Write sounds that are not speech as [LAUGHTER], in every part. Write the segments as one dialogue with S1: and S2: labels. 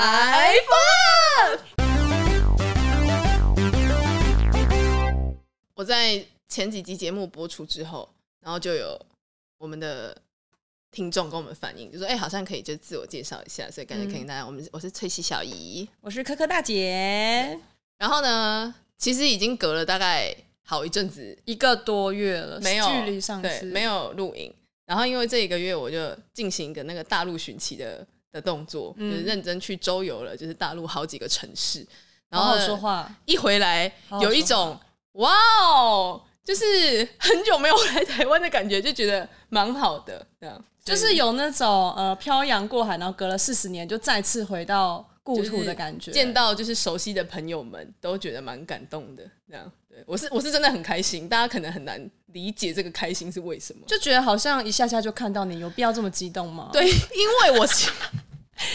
S1: Five Up。我在前几集节目播出之后，然后就有我们的听众跟我们反映，就说：“哎、好像可以就自我介绍一下。”所以感觉
S2: 嗯
S1: 可以跟大家，我们我是翠西小姨。
S2: 我是科科大姐，
S1: 然后呢，其实已经隔了大概好一阵子，
S2: 一个多月了，
S1: 没有
S2: 距离上
S1: 对
S2: 次
S1: 没有录影。然后因为这一个月我就进行一个那个大陆巡骑的的动作，
S2: 嗯
S1: 就是认真去周游了，就是大陆好几个城市。然
S2: 好
S1: 后
S2: 好
S1: 呢
S2: 说话，
S1: 一回来
S2: 好好
S1: 有一
S2: 说
S1: 种哇哦，就是很久没有来台湾的感觉，就觉得蛮好的。这样
S2: 就是有那种呃漂洋过海，然后隔了四十年就再次回到故土的感觉，
S1: 见到就是熟悉的朋友们，都觉得蛮感动的。这样，对我是我是真的很开心，大家可能很难理解这个开心是为什么。
S2: 就觉得好像一下下就看到你，有必要这么激动吗？，
S1: 对，因为我 [LAUGHS] 是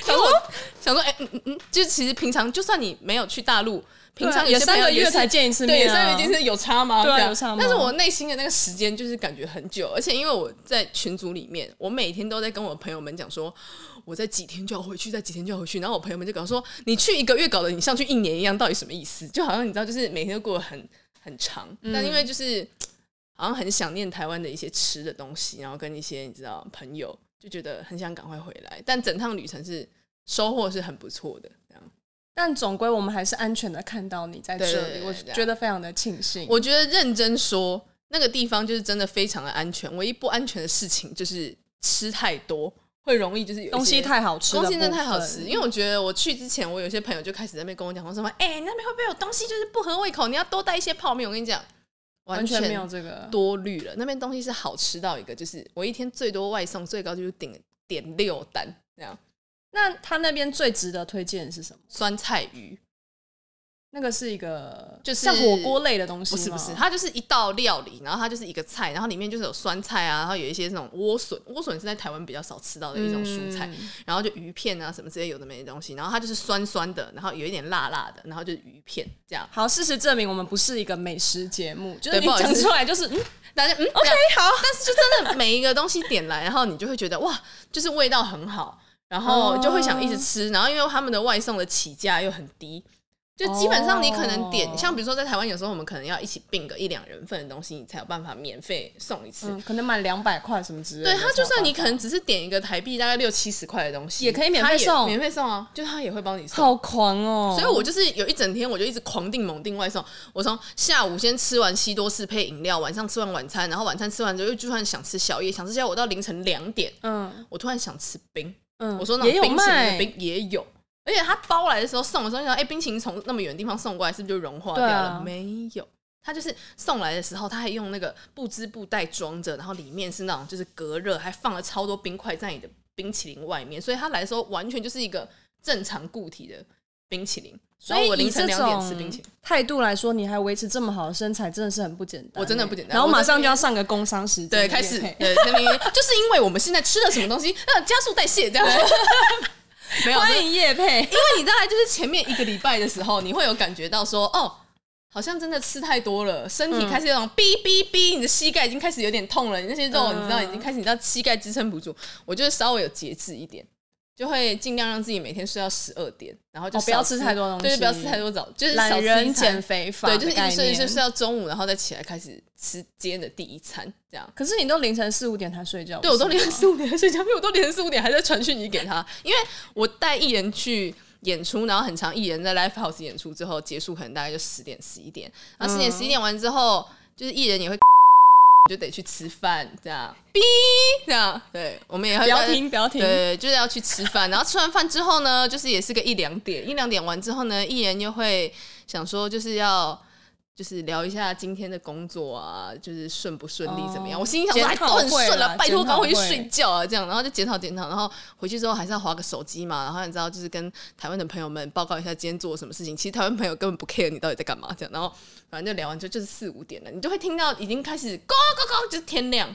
S1: 想说，想说，哎、嗯嗯嗯，就是其实平常就算你没有去大陆，平常有
S2: 啊也
S1: 些朋
S2: 三
S1: 友
S2: 个月
S1: 是
S2: 才见一次
S1: 对，也
S2: 面、
S1: 算
S2: 啊，
S1: 已经是有差吗？
S2: 对啊
S1: 这样
S2: 有差吗
S1: 但是我内心的那个时间就是感觉很久，而且因为我在群组里面，我每天都在跟我朋友们讲说，我在几天就要回去，在几天就要回去。然后我朋友们就搞说，你去一个月搞得你像去一年一样，到底什么意思？就好像你知道，就是每天都过得很 [LAUGHS] 很长，但因为就是好像很想念台湾的一些吃的东西，然后跟一些你知道朋友，就觉得很想赶快回来。但整趟旅程是收获是很不错的，这样。
S2: 但总归我们还是安全的看到你在这
S1: 对
S2: 里，
S1: 对对
S2: 我
S1: 对对
S2: 觉得非常的庆幸。
S1: 我觉得认真说，那个地方就是真的非常的安全。唯一不安全的事情就是吃太多，会容易就是有一些
S2: 东西太好吃的部
S1: 东西
S2: 分，
S1: 真的太好吃。因为我觉得我去之前，我有些朋友就开始在那边跟我讲说什么，哎、你那边会不会有东西就是不合胃口？你要多带一些泡面。我跟你讲，
S2: 完全
S1: 全
S2: 没有这个。
S1: 多虑了。那边东西是好吃到一个，就是我一天最多外送最高就是顶点六单这样，
S2: 那他那边最值得推荐的是什么？
S1: 酸菜鱼。
S2: 那个是一个
S1: 就是
S2: 像火锅类的东西
S1: 不
S2: 吗
S1: 是不是，它就是一道料理，然后它就是一个菜，然后里面就是有酸菜啊，然后有一些那种莴笋，莴笋是在台湾比较少吃到的一种蔬菜，
S2: 嗯
S1: 然后就鱼片啊什么之类有的没的东西，然后它就是酸酸的，然后有一点辣辣的，然后就是鱼片这样，
S2: 好，事实证明我们不是一个美食节目，就是你
S1: 不好意思
S2: 讲出来就是嗯，
S1: 大家嗯 OK 好，但是就真的每一个东西点来，然后你就会觉得哇，就是味道很好，然后就会想一直吃，然后因为他们的外送的起价又很低。就基本上你可能点
S2: 哦
S1: 像比如说在台湾，有时候我们可能要一起并个一两人份的东西，你才有办法免费送一次。
S2: 嗯可能满两百块什么之类的。
S1: 对他，就算你
S2: 才
S1: 可
S2: 有办
S1: 能只是点一个台币大概六七十块的东西，
S2: 也可以免
S1: 他
S2: 费
S1: 也
S2: 送
S1: 免费送啊，就他也会帮你
S2: 法
S1: 送。
S2: 好狂哦，
S1: 所以我就是有一整天，我就一直狂订猛订外送。我从下午先吃完西多士配饮料，晚上吃完晚餐，然后晚餐吃完之后又就突然想吃宵夜，想吃宵夜，我到凌晨两点，
S2: 嗯
S1: 我突然想吃冰，
S2: 嗯，
S1: 我说那
S2: 也
S1: 种
S2: 有
S1: 冰淇淋的
S2: 卖，
S1: 冰也有。而且他包来的时候送的时候，你想哎、冰淇淋从那么远的地方送过来，是不是就融化掉了？
S2: 对啊
S1: 没有，他就是送来的时候，他还用那个布织布袋装着，然后里面是那种就是隔热，还放了超多冰块在你的冰淇淋外面，所以他来的时候完全就是一个正常固体的冰淇淋。
S2: 所
S1: 然
S2: 以
S1: 后我凌晨
S2: 以这
S1: 两
S2: 种
S1: 点吃冰淇淋，
S2: 态度来说，你还维持这么好的身材，真的是很不简单欸。
S1: 我真的不简单
S2: 然后
S1: 我
S2: 马
S1: 在
S2: 上就要上个工商时间，
S1: 对，开始
S2: 业配
S1: 对，那边就是因为我们现在吃了什么东西，那加速代谢这样。没有，
S2: [LAUGHS] 欢迎叶 [LAUGHS] 配。
S1: 因为你大概就是前面一个礼拜的时候，你会有感觉到说，哦，好像真的吃太多了，身体开始有种哔哔哔，你的膝盖已经开始有点痛了，你那些肉
S2: 嗯
S1: 你知道已经开始，你知道膝盖支撑不住，我就是稍微有节制一点。就会尽量让自己每天睡到十二点，然后就
S2: 哦不要
S1: 少
S2: 吃太多东西
S1: 对，就不要吃太多早，就是少
S2: 懒
S1: 吃一餐
S2: 人减肥法
S1: 对，
S2: 的
S1: 就是一
S2: 概
S1: 直睡一
S2: 念
S1: 直睡到中午，然后再起来开始吃今天的第一餐，这样。
S2: 可是你都凌晨四五点才睡觉，
S1: 对我都
S2: 不是
S1: 凌
S2: 吗
S1: 晨四五点才睡觉，因为我都凌晨四五点还在传讯息给他，因为我带艺人去演出，然后很长艺人在 live house 演出之后结束，可能大概就十点十一点，然后十
S2: 嗯
S1: 点十一点完之后，就是艺人也会。就得去吃饭，这样，哔，这样，对，我们也会
S2: 不要停不要停
S1: 对，就是要去吃饭，然后吃完饭之后呢，就是也是个一两点，一两点完之后呢，艺人又会想说就是要就是聊一下今天的工作啊，就是顺不顺利怎么样。
S2: 哦
S1: 我心里想说，哎，
S2: 检
S1: 都
S2: 讨
S1: 很
S2: 会
S1: 顺了
S2: 啦，
S1: 拜托
S2: 检
S1: 赶
S2: 讨
S1: 快回去
S2: 会
S1: 睡觉啊，这样，然后就检讨检讨，然后回去之后还是要划个手机嘛，然后你知道就是跟台湾的朋友们报告一下今天做了什么事情。其实台湾朋友根本不 care 你到底在干嘛，这样，然后反正就聊完就就是四五点了，你就会听到已经开始 go go go 就是天亮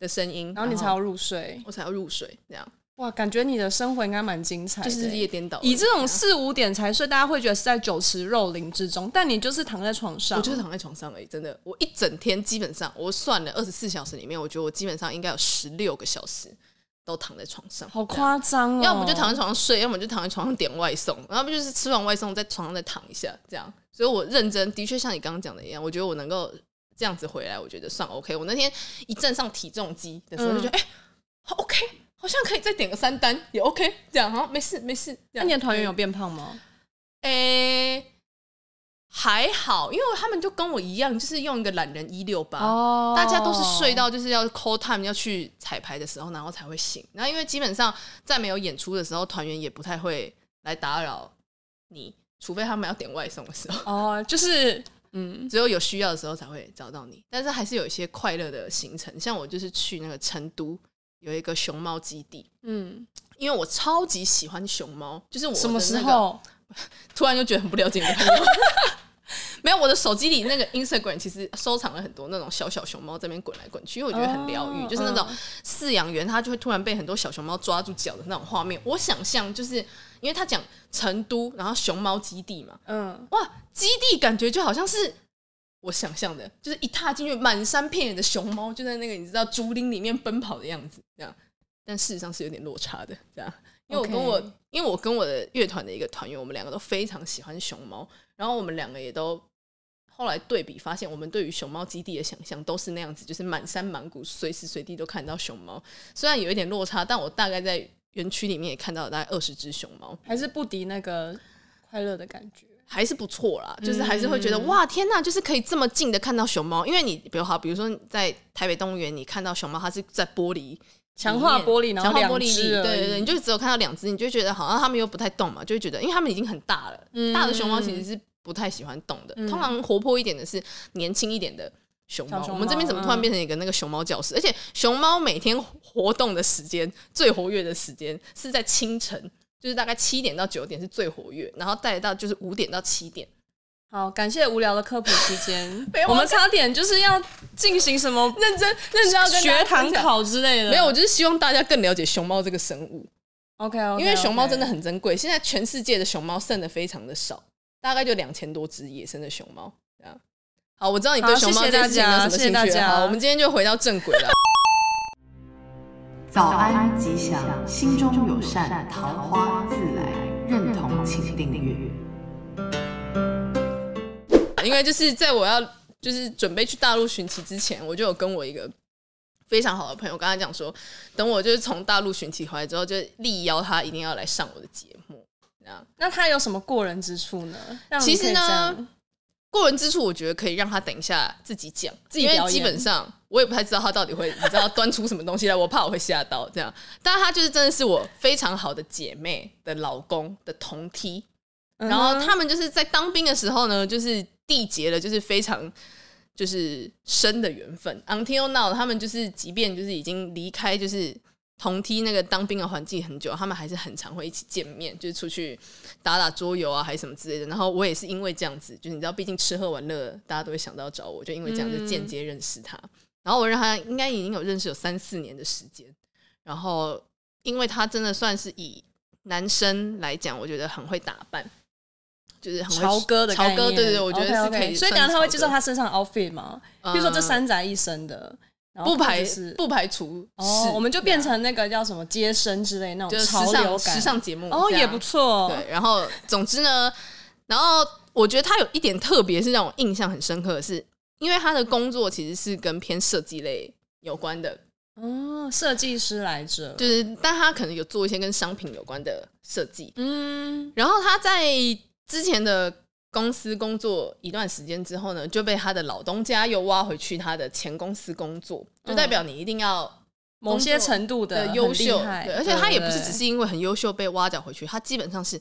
S1: 的声音，
S2: 然后你才要入睡。
S1: 我才要入睡，这样
S2: 哇，感觉你的生活应该蛮精彩的
S1: 就
S2: 欸，
S1: 是日啊夜颠倒而已。
S2: 以这种四五点才睡，大家会觉得是在酒池肉林之中，但你就是躺在床上，
S1: 我就是躺在床上而已，真的，我一整天基本上，我算了二十四小时里面，我觉得我基本上应该有十六个小时都躺在床上，
S2: 好夸张哦！
S1: 要么就躺在床上睡，要么就躺在床上点外送，要不就是吃完外送在床上再躺一下，这样。所以我认真，的确像你刚刚讲的一样，我觉得我能够这样子回来，我觉得算 OK。我那天一站上体重机的时候，就觉得哎、好 OK，好像可以再点个三单也 OK，这样好，没事没事。这
S2: 那
S1: 样
S2: 你的团员有变胖吗？
S1: 诶、还好，因为他们就跟我一样，就是用一个懒人一六八，
S2: 哦
S1: 啊大家都是睡到就是要 call time 要去彩排的时候，然后才会醒。然后因为基本上在没有演出的时候，团员也不太会来打扰你，除非他们要点外送的时候，
S2: 哦，就是嗯，
S1: 只有有需要的时候才会找到你。但是还是有一些快乐的行程，像我就是去那个成都有一个熊猫基地，
S2: 嗯，
S1: 因为我超级喜欢熊猫，就是我的
S2: 什么时
S1: 那个
S2: 候？
S1: 突然就觉得很不了解你的朋友。 [LAUGHS] 没有，我的手机里那个 Instagram 其实收藏了很多那种小小熊猫在那边滚来滚去，因为我觉得很疗愈，
S2: 哦
S1: 就是那种饲养员它就会突然被很多小熊猫抓住脚的那种画面。我想象就是因为他讲成都，然后熊猫基地嘛，
S2: 嗯，
S1: 哇，基地感觉就好像是我想象的，就是一踏进去满山遍野的熊猫就在那个你知道竹林里面奔跑的样子，这样。但事实上是有点落差的，这样。因为我
S2: OK
S1: 跟我因为我跟我的乐团的一个团员，我们两个都非常喜欢熊猫，然后我们两个也都后来对比发现，我们对于熊猫基地的想象都是那样子，就是满山满谷，随时随地都看到熊猫。虽然有一点落差，但我大概在园区里面也看到了大概二十只熊猫。
S2: 还是不敌那个快乐的感觉。
S1: 还是不错啦，
S2: 嗯
S1: 就是还是会觉得、哇天呐，就是可以这么近的看到熊猫，因为你比如好，比如说你在台北动物园，你看到熊猫，它是在玻璃
S2: 强化玻璃，然
S1: 强
S2: 后
S1: 化
S2: 两
S1: 玻璃里，
S2: 只
S1: 对
S2: 而已，
S1: 对对，你就只有看到两只，你就觉得好像它们又不太动嘛，就会觉得因为它们已经很大了，
S2: 嗯
S1: 大的熊猫其实是不太喜欢动的，通常活泼一点的是年轻一点的。熊猫
S2: 小，熊
S1: 我们这边怎么突然
S2: 猫嗯
S1: 变成一个那个熊猫教室？而且熊猫每天活动的时间最活跃的时间是在清晨，就是大概七点到九点是最活跃，然后再到就是五点到七点，
S2: 好，感谢无聊的科普时间
S1: [LAUGHS] 没有，
S2: 我们差点就是要进行什么
S1: 认真认真要跟大家
S2: 学堂
S1: 分享。
S2: 考之类的。
S1: 没有，我就是希望大家更了解熊猫这个生物，
S2: ，OK，, o k
S1: 因为熊猫真的很珍贵。现在全世界的熊猫剩的非常的少，大概就两千多只野生的熊猫。这样，好，我知道你对
S2: 好
S1: 熊猫
S2: 谢
S1: 这件
S2: 谢
S1: 事情没有什么
S2: 大家
S1: 兴趣
S2: 谢谢大
S1: 了。
S2: 家
S1: 好，我们今天就回到正轨了。
S3: 早安吉祥，心中有善，桃花自来。认同，请订阅。
S1: 因为就是在我要就是准备去大陆巡期之前，我就有跟我一个非常好的朋友跟他讲说，等我就是从大陆巡期回来之后，就力邀他一定要来上我的节目。这样，
S2: 那他有什么过人之处呢？让
S1: 其实
S2: 你可以这样
S1: 呢，过人之处，我觉得可以让他等一下自己讲，
S2: 自己
S1: 因为
S2: 表演
S1: 基本上我也不太知道他到底会，你知道端出什么东西来，我怕我会吓到这样。但他就是真的是我非常好的姐妹的老公的同梯，
S2: 嗯哼
S1: 然后他们就是在当兵的时候呢，就是缔结了就是非常就是深的缘分。Until now，他们就是即便就是已经离开就是同梯那个当兵的环境很久，他们还是很常会一起见面，就是出去打打桌游啊，还是什么之类的。然后我也是因为这样子，就是你知道，毕竟吃喝玩乐大家都会想到找我，就因为这样就间接认识他。然后我让他应该已经有认识有三四年的时间，然后因为他真的算是以男生来讲，我觉得很会打扮，就是很会
S2: 潮哥的概
S1: 潮
S2: 念
S1: 哥，对对对，我觉得是
S2: OK，OK
S1: 可以算潮哥。
S2: 所以等一下他会介绍他身上的 outfit 吗？
S1: 嗯
S2: 比如说这三宅一生的，然后
S1: 不排
S2: 哦或者是
S1: 不排除
S2: 哦
S1: 是，
S2: 我们就变成那个叫什么接生之类那
S1: 就
S2: 种
S1: 是
S2: 潮
S1: 时
S2: 流
S1: 尚
S2: 感，
S1: 时尚节目
S2: 哦
S1: 这样
S2: 也不错，
S1: 对，然后总之呢，然后我觉得他有一点特别，是让我印象很深刻的是，因为他的工作其实是跟偏设计类有关的，
S2: 哦，设计师来着，
S1: 就是但他可能有做一些跟商品有关的设计。
S2: 嗯，
S1: 然后他在之前的公司工作一段时间之后呢，就被他的老东家又挖回去他的前公司工作，就代表你一定要。
S2: 某些程度的
S1: 的优秀，
S2: 嗯很厉害
S1: 对，而且他也不是
S2: 对
S1: 只是因为很优秀被挖角回去，他基本上是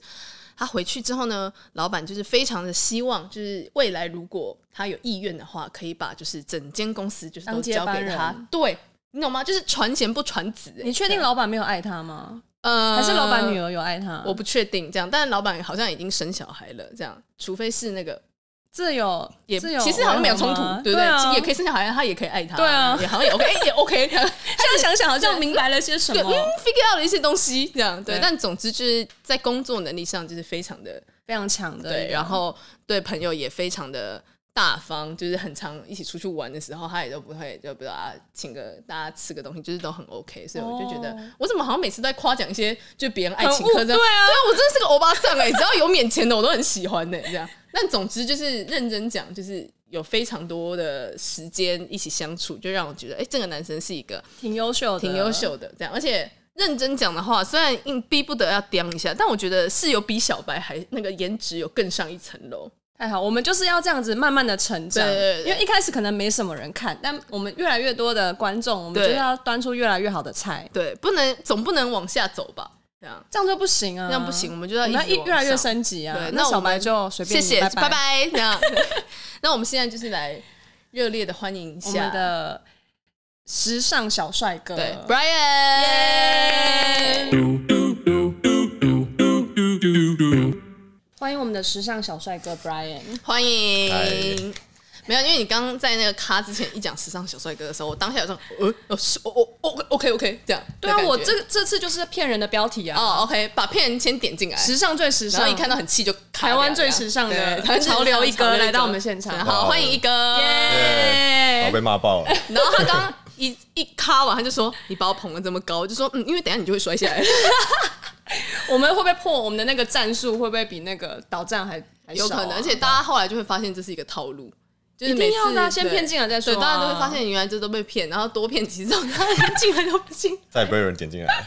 S1: 他回去之后呢，老板就是非常的希望，就是未来如果他有意愿的话，可以把就是整间公司就是都
S2: 当接
S1: 交给
S2: 班
S1: 他
S2: 人，
S1: 对你懂吗？就是传贤不传子、欸
S2: 你确定老板没有爱他吗？
S1: 呃，
S2: 还是老板女
S1: 儿？
S2: 儿有爱他？
S1: 我不确定这样，但老板好像已经生小孩了，这样，除非是那个
S2: 这有
S1: 也
S2: 这有
S1: 其实好像没有冲突
S2: 玩吗，
S1: 对不
S2: 对
S1: 对？
S2: 啊
S1: 也可以生小孩，他也可以爱他，
S2: 对啊
S1: 也好像也 OK，哎也
S2: [LAUGHS]
S1: OK [LAUGHS] 这样。
S2: 现在想想好像明白了些什
S1: 对，
S2: 么
S1: 嗯，，figure out 了一些东西，这样对。
S2: 对
S1: 但总之就是在工作能力上就是非常的
S2: 非常强的一个。
S1: 对，然后对朋友也非常的大方，就是很常一起出去玩的时候，他也都不会就比如啊请个大家吃个东西，就是都很 OK，所以我就觉得、
S2: 哦
S1: 我怎么好像每次在夸奖一些就别人爱请客
S2: 很物
S1: 这样，
S2: 对啊
S1: 对啊，我真的是个欧巴桑哎、只要有免钱的我都很喜欢的、这样。但总之就是认真讲，就是有非常多的时间一起相处，就让我觉得哎、这个男生是一个
S2: 挺优秀的，
S1: 挺优。秀的这样，而且。认真讲的话，虽然硬逼不得要刁一下，但我觉得是有比小白还那个颜值有更上一层楼。
S2: 太好，我们就是要这样子慢慢的成长，
S1: 对对对对
S2: 啊因为一开始可能没什么人看，但我们越来越多的观众，我们
S1: 对
S2: 就是要端出越来越好的菜，
S1: 对，不能总不能往下走吧？这样
S2: 这样就不行啊，
S1: 这样不行，我们就
S2: 我
S1: 要
S2: 们要
S1: 一直
S2: 一
S1: 往
S2: 越来越
S1: 上。
S2: 升级啊。
S1: 对，
S2: 那
S1: 我
S2: 小白
S1: 们
S2: 就随便你，
S1: 谢谢，
S2: 拜
S1: 拜。拜。这
S2: [LAUGHS]
S1: 样，那我们现在就是来热烈的欢迎一
S2: 我们
S1: 下
S2: 的呃时尚小帅哥，
S1: 对 Brian。
S2: 欢迎我们的时尚小帅哥 Brian。
S1: 欢迎
S4: 嗨。
S1: 没有，因为你刚刚在那个咖之前一讲时尚小帅哥的时候，我当下有说，呃，哦是，哦哦哦，OK OK，这样。
S2: 对啊，
S1: 的感觉
S2: 我这这次就是骗人的标题啊，
S1: 哦 OK，把骗人先点进来，
S2: 时尚最时
S1: 然
S2: 尚，
S1: 后一看到很气就卡
S2: 台湾
S1: 掉
S2: 最
S1: 这样
S2: 时尚的 [LAUGHS]
S1: 对台湾最时尚
S2: 潮流一
S1: 潮
S2: 哥来到我们现场
S1: 对好，欢迎一哥。
S4: 耶哦我被骂爆了，
S1: 然后他刚一一卡完，他就说：“你把我捧得这么高。”我就说：“嗯，因为等一下你就会摔下来，
S2: 我们会不会破我们的那个战术？会不会比那个导战还 [LAUGHS] 还少
S1: 有
S2: 啊
S1: 可能。”而且大家后来就会发现这是一个套路，就是
S2: 一
S1: 每
S2: 定
S1: 次
S2: 要的啊，先
S1: 对
S2: 骗进来再说
S1: 对，
S2: 啊。
S1: 大家都会发现原来这都被 [LAUGHS] 骗，然后多骗几次，他进来都不进。
S4: 再也不会有人点进来了。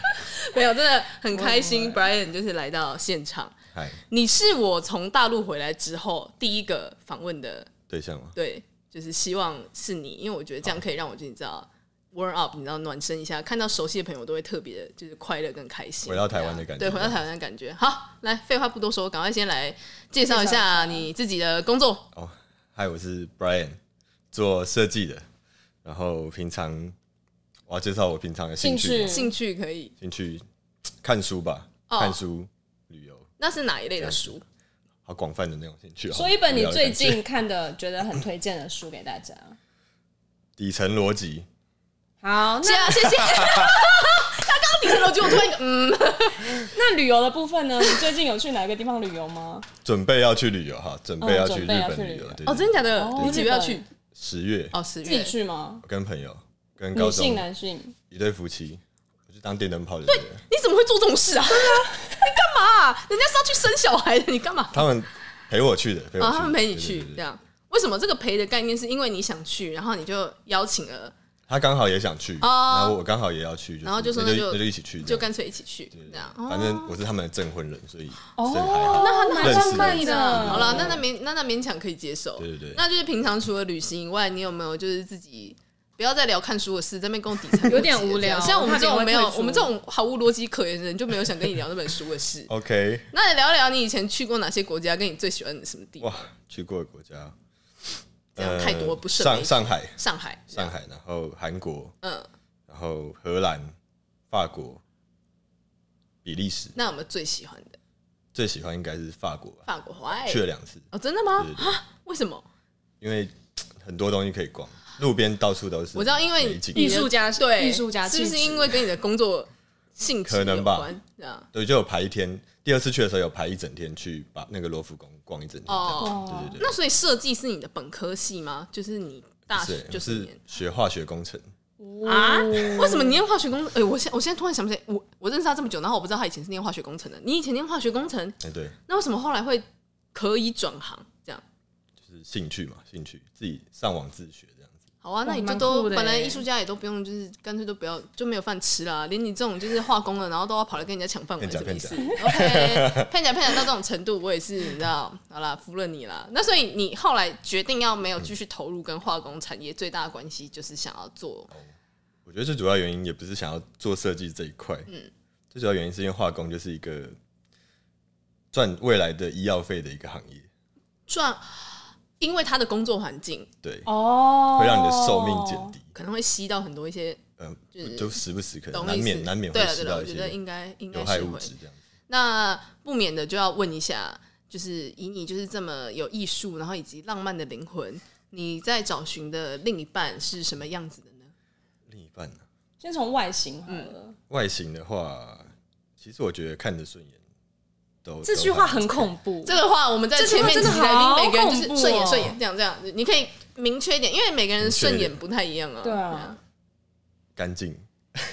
S1: 没有，真的很开心，Brian 就是来到现场。
S4: 嗨，
S1: 你是我从大陆回来之后第一个访问的，
S4: 对象吗？
S1: 对，就是希望是你，因为我觉得这样可以让我就你知道 warm up，你知道暖身一下，看到熟悉的朋友我都会特别的就是快乐跟开心。
S4: 回到台湾的感觉
S1: 对，回到台湾的感觉。好，来，废话不多说，赶快先来介绍一
S2: 介绍
S1: 下你自己的工作。
S4: 哦，嗨，我是 Brian，做设计的。然后平常我要介绍我平常的兴趣
S2: 兴
S4: 吗，
S2: 趣
S1: 兴趣可以，
S4: 兴趣看书吧，
S1: 哦
S4: 看书、旅游，
S1: 那是哪一类的书？
S4: 好广泛的那种兴趣哦。
S2: 说一本你
S4: 无聊的
S2: 最
S4: 感觉
S2: 近看的觉得很推荐的书给大家。
S4: 底层逻辑，
S2: 好，
S4: 嗯
S1: 谢
S2: 那
S1: 谢，
S4: [LAUGHS]
S1: 谢谢。他刚刚底层逻辑，我突然一个嗯，
S2: 那旅游的部分呢？你最近有去哪个地方旅游吗？
S4: 准备要去旅游哈，准备
S2: 哦
S4: 要去
S2: 准
S4: 日
S2: 备要
S4: 本
S2: 去
S4: 旅
S2: 旅
S4: 游
S2: 游。
S1: [LAUGHS]
S4: 对
S1: 哦，
S4: 对
S1: 真的假
S4: 对
S1: 的？
S2: 哦
S1: 你几月要去
S2: 日？
S4: 十月，
S1: 哦，十
S2: 自己
S1: 月。
S2: 去吗？
S4: 我跟朋友、跟
S2: 女
S4: 高中
S2: 性、男性？
S4: 一对夫妻，我去当电灯泡就对了。
S1: 你怎么会做这种事啊？对啊， [LAUGHS] 你干嘛啊？人家是要去生小孩的，你干嘛？
S4: 他们陪我去的，陪我
S1: 啊，
S4: 去的
S1: 他们陪你
S4: 对对
S1: 去
S4: 对对
S1: 这样。为什么这个陪的概念是因为你想去，然后你就邀请了，
S4: 他刚好也想去，
S1: 哦
S4: 然后我刚好也要去，是
S1: 然后就说
S4: 那
S1: 那就
S4: 那就一起去，
S1: 就
S4: 这样
S1: 干脆一起去
S4: 对对
S1: 这样。
S4: 对
S1: 哦
S4: 反正我是他们的证婚人，所以
S2: 哦
S4: 所以还好。
S2: 那
S1: 那
S4: 认识
S2: 浪
S4: 的
S2: 漫的。
S1: 好了，那那勉那那勉强可以接受。
S4: 对对对。
S1: 那就是平常除了旅行以外，你有没有就是自己不要再聊看书的事，在那边跟我底层
S2: 有点无聊
S1: 像我们这
S2: 我
S1: 种
S2: 怕别
S1: 没
S2: 人会
S1: 有
S2: 退出
S1: 我们这种毫无逻辑可言的人，就没有想跟你聊那本书的事
S4: OK，
S1: [LAUGHS] 那你聊一聊你以前去过哪些国家，跟你最喜欢的什么地方？
S4: 哇，去过的国家，
S1: 这
S4: 呃
S1: 样太多不胜枚
S4: 上
S1: 举
S4: 上海，
S1: 上海，
S4: 上海，然后韩国，
S1: 嗯，
S4: 然后荷兰、法国、比利时，
S1: 那我们最喜欢的
S4: 最喜欢应该是法国吧，
S1: 法国，哎，
S4: 去了两次，
S1: 哦，真的吗
S4: 对？对对
S1: 啊，为什么？
S4: 因为很多东西可以逛，路边到处都是，
S1: 我知道，因为
S4: 美景
S1: 你的
S2: 艺术家
S1: 对
S2: 艺术家
S1: 是不是
S2: 气质
S1: 因为跟你的工作性质
S4: 可能吧
S1: 有关？这样
S4: 对，就有排一天。第二次去的时候有排一整天去把那个罗浮宫逛一整天。
S1: 哦
S4: 这样，对对对。
S1: 那所以设计是你的本科系吗？就是你大学
S4: 是，
S1: 就
S4: 就是是
S1: 念
S4: 学化学工程，
S1: 啊？为什么你念化学工？哎、我现我现在突然想不起来，我我认识他这么久，然后我不知道他以前是念化学工程的。你以前念化学工程，
S4: 哎，对，
S1: 那为什么后来会可以转行这样？
S4: 就是兴趣嘛，兴趣自己上网自学这样子。
S1: 好啊，那你就
S2: 蛮
S1: 都
S2: 酷的欸
S1: 本来
S2: 耶
S1: 艺术家也都不用，就是干脆都不要就没有饭吃啦。连你这种就是化工的，然后都要跑来跟人家抢饭碗，什
S4: 骗假
S1: 么意思
S4: 骗
S1: [LAUGHS] ？OK，骗假骗假到这种程度，我也是你知道，好啦，服了你啦。那所以你后来决定要没有继续投入跟化工产业，最大的关系就是想要做
S4: 我觉得最主要原因也不是想要做设计这一块，嗯，最主要原因是因为化工就是一个赚未来的医药费的一个行业，
S1: 赚，因为他的工作环境
S4: 对，
S2: 哦，
S4: 会让你的寿命减低，
S1: 可能会吸到很多一些，
S4: 嗯
S1: 就是，
S4: 就时不时可能
S1: 懂
S4: 难
S1: 意思？
S4: 免难免
S1: 对
S4: 会
S1: 了对
S4: 吃
S1: 了，
S4: 到
S1: 我
S4: 一
S1: 觉得
S4: 些
S1: 应该应该
S4: 有
S1: 是
S4: 害
S1: 会
S4: 物。质这样子。
S1: 那不免的就要问一下，就是以你就是这么有艺术，然后以及浪漫的灵魂，你在找寻的另一半是什么样子的呢？
S4: 另一半呢，
S1: 嗯
S2: 先从外形好了。
S4: 外形的话，其实我觉得看着顺眼都
S2: 这句话很恐怖，
S1: 这个话我们在
S2: 这句
S1: 前
S2: 话
S1: 面几
S2: 真的
S1: 集来宾
S2: 好
S1: 每个人就
S2: 恐
S1: 是
S2: 怖
S1: 顺眼
S2: 哦
S1: 顺眼这样这样，你可以明确一点，因为每个人
S4: 明确
S1: 顺
S4: 一
S1: 眼
S4: 点
S1: 不太一样啊。
S2: 对啊
S4: 干净，